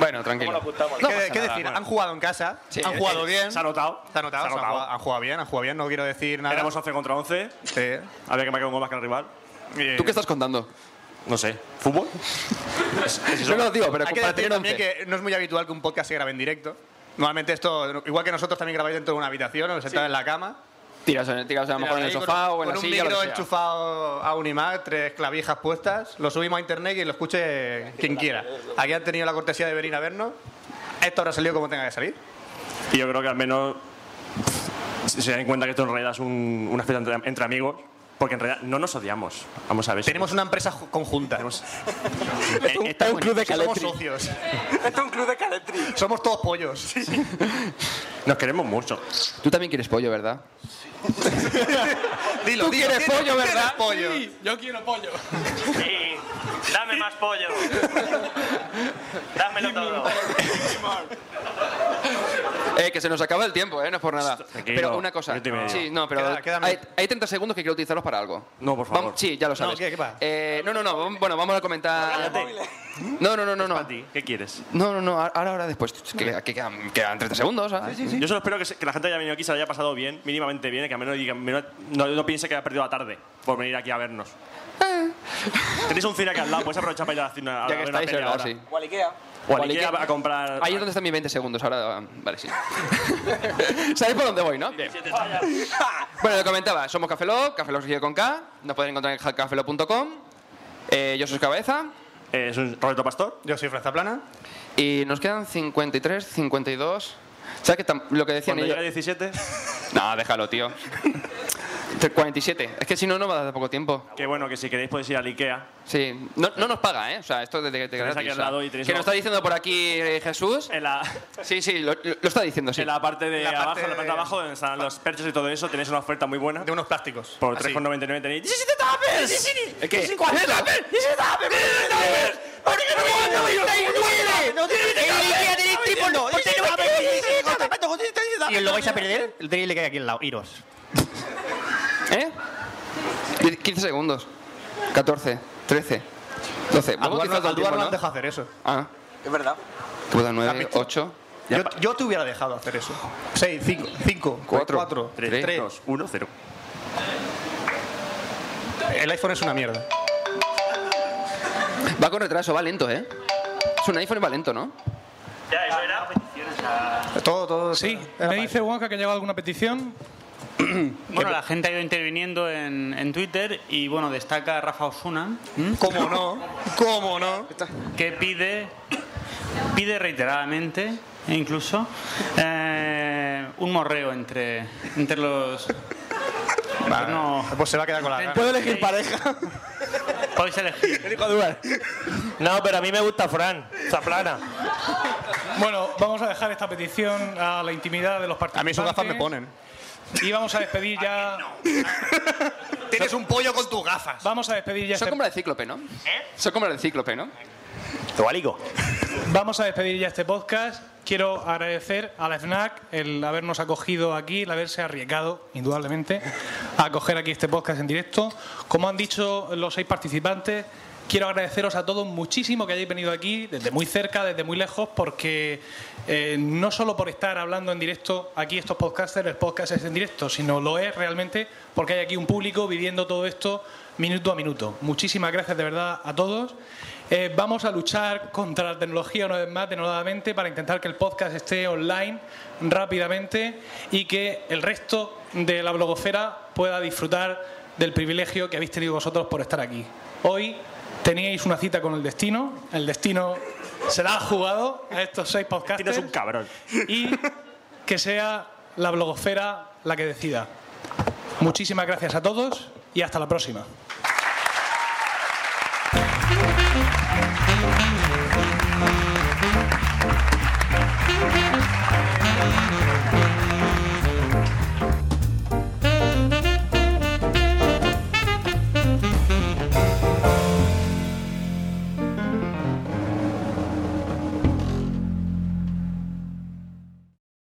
Bueno, tranquilo.
¿Qué, qué decir? Han jugado en casa,
Sí.
han jugado bien.
Eh, Se ha notado.
Se ha notado, se han jugado- han jugado bien, han jugado bien, no quiero decir nada.
Éramos 11 contra 11.
Sí.
Había que marcar un gol más que el rival.
¿Tú qué estás contando?
No sé. ¿Fútbol?
Yo no lo digo, pero
Hay que
para
decir
tener 11.
también que no es muy habitual que un podcast se grabe en directo. Normalmente esto, igual que nosotros también grabáis dentro de una habitación o sentados en la cama.
Tiras, en- tiras a lo mejor en el
Ahí con-
sofá o en la
con
silla.
un
lo que
micro
sea.
enchufado a un iMac, tres clavijas puestas, lo subimos a internet y lo escuche quien quiera. Aquí han tenido la cortesía de venir a vernos. Esto habrá salido como tenga que salir.
Y yo creo que al menos pff, se dan cuenta que esto en realidad es un- una fiesta entre, entre amigos. Porque en realidad no nos odiamos. Vamos a ver. si-
Tenemos una empresa ju- conjunta.
Eh, está
un club de
Somos
caletri.
socios. Esto es un club de caletri. Somos todos pollos.
Nos queremos mucho.
Tú también quieres pollo, ¿verdad?
Dilo,
Tú
dilo,
quieres
dilo,
pollo,
tú
¿verdad?
quieres pollo.
Sí, yo quiero pollo.
Sí, dame más pollo. Dámelo todo.
Eh, que se nos acaba el tiempo, ¿eh? No es por nada.
Tranquilo,
Pero una cosa.
minuto y medio.
Sí, no, pero
Queda- queda
hay,
minuto.
hay 30 segundos que quiero utilizarlos para algo.
No, por favor.
Vam- sí, ya lo sabes.
¿qué- qué pasa?
Eh, no, no, no. vam- Bueno, vamos a comentar...
Cállate.
No, no, no, no. No,
Para ti, ¿Qué quieres?
no, no. no, Ahora, ahora, después. Que, que quedan, quedan 30 segundos. ¿ah?
Yo solo espero que, se- que la gente haya venido aquí, se lo haya pasado bien, mínimamente bien, y que al menos diga- menos- no, no piense que ha perdido la tarde por venir aquí a vernos. Tenéis un cine aquí al lado, podéis aprovechar para ir a la cine a,
Eh. Ya que
ver una
estáis,
peli
¿verdad?
ahora.
Sí.
O al Ikea.
O al
Vale,
Ikea
¿qué?
a comprar...
Ahí es donde están mis 20 segundos. Ahora, vale, sí. ¿Sabéis por dónde voy, no? Bien. Bueno, lo comentaba. Somos Cafelog, Cafelog se escribe con K. Nos pueden encontrar en cafelog.com. Eh, yo soy Cabeza.
Eh, es un Roberto Pastor.
Yo soy Franza Plana.
Y nos quedan 53, 52. ¿Sabes que tam- lo que decían
Cuando
ellos?
llega 17,
No, déjalo, tío. Te- 47. Es que si no, no va a dar poco tiempo.
que bueno, que si queréis podéis ir al Ikea.
Sí. No, no nos paga, ¿eh? O sea, esto desde que te
Tenéis aquí al lado y tenéis
Que
una-
nos está diciendo por aquí eh, Jesús.
En la,
Sí, sí, lo, lo está diciendo, sí.
en la parte de
La parte
abajo, en la parte de
de-
abajo, donde están los perchos y todo eso, tenéis una oferta muy buena.
De unos plásticos.
Por
Así.
3,99 tenéis... ¡17 tapes!
¿Qué?
¿Y lo vais a perder? El drill que hay aquí al lado. Iros.
¿Eh? Die- 15 segundos. 14, 13, 12.
Al
Vamos a
Duarte
utilizar todo
al
el tiempo,
Duarte no
¿no?
han dejado hacer eso.
Ah, pues
Es verdad.
¿qué puta? 9, 8,
Yo, yo te hubiera dejado Pues hacer eso. 6, 5, 5,
4,
4,
3,
3.
2, 1, 0.
El iPhone es una mierda.
Va con retraso, va lento, ¿eh? Es un iPhone y va lento, ¿no?
Ya, eso era.
Todo, todo.
Sí, me dice Juanca que lleva alguna petición.
Bueno, la gente ha ido interviniendo en, en Twitter y bueno, destaca Rafa Osuna.
¿Cómo no? ¿Cómo no?
Que pide, pide reiteradamente, e incluso, eh, un morreo entre, entre los.
Vale, Pues se va a quedar con la gana. ¿Puedo elegir
pareja? Podéis elegir.
No, pero a mí me gusta Fran, Zaplana.
Bueno, vamos a dejar esta petición a la intimidad de los participantes.
A mí esos gafas me ponen.
Y vamos a despedir ya.
Tienes un pollo con tus gafas. ¿Eh?
Vamos a despedir ya.
Son
este-
como la de Cíclope, ¿no? Son como la de Cíclope, ¿no?
Tobalico.
Vamos a despedir ya este podcast. Quiero agradecer a la FNAC el habernos acogido aquí, el haberse arriesgado, indudablemente, a acoger aquí este podcast en directo. Como han dicho los seis participantes, quiero agradeceros a todos muchísimo que hayáis venido aquí, desde muy cerca, desde muy lejos, porque eh, no solo por estar hablando en directo aquí estos podcasters, el podcast es en directo, sino lo es realmente porque hay aquí un público viviendo todo esto minuto a minuto. Muchísimas gracias de verdad a todos. Eh, vamos a luchar contra la tecnología una vez más, denodadamente, para intentar que el podcast esté online rápidamente y que el resto de la blogosfera pueda disfrutar del privilegio que habéis tenido vosotros por estar aquí. Hoy teníais una cita con el destino, el destino se la ha jugado a estos seis podcasters.
Tienes un cabrón.
Y que sea la blogosfera la que decida. Muchísimas gracias a todos y hasta la próxima.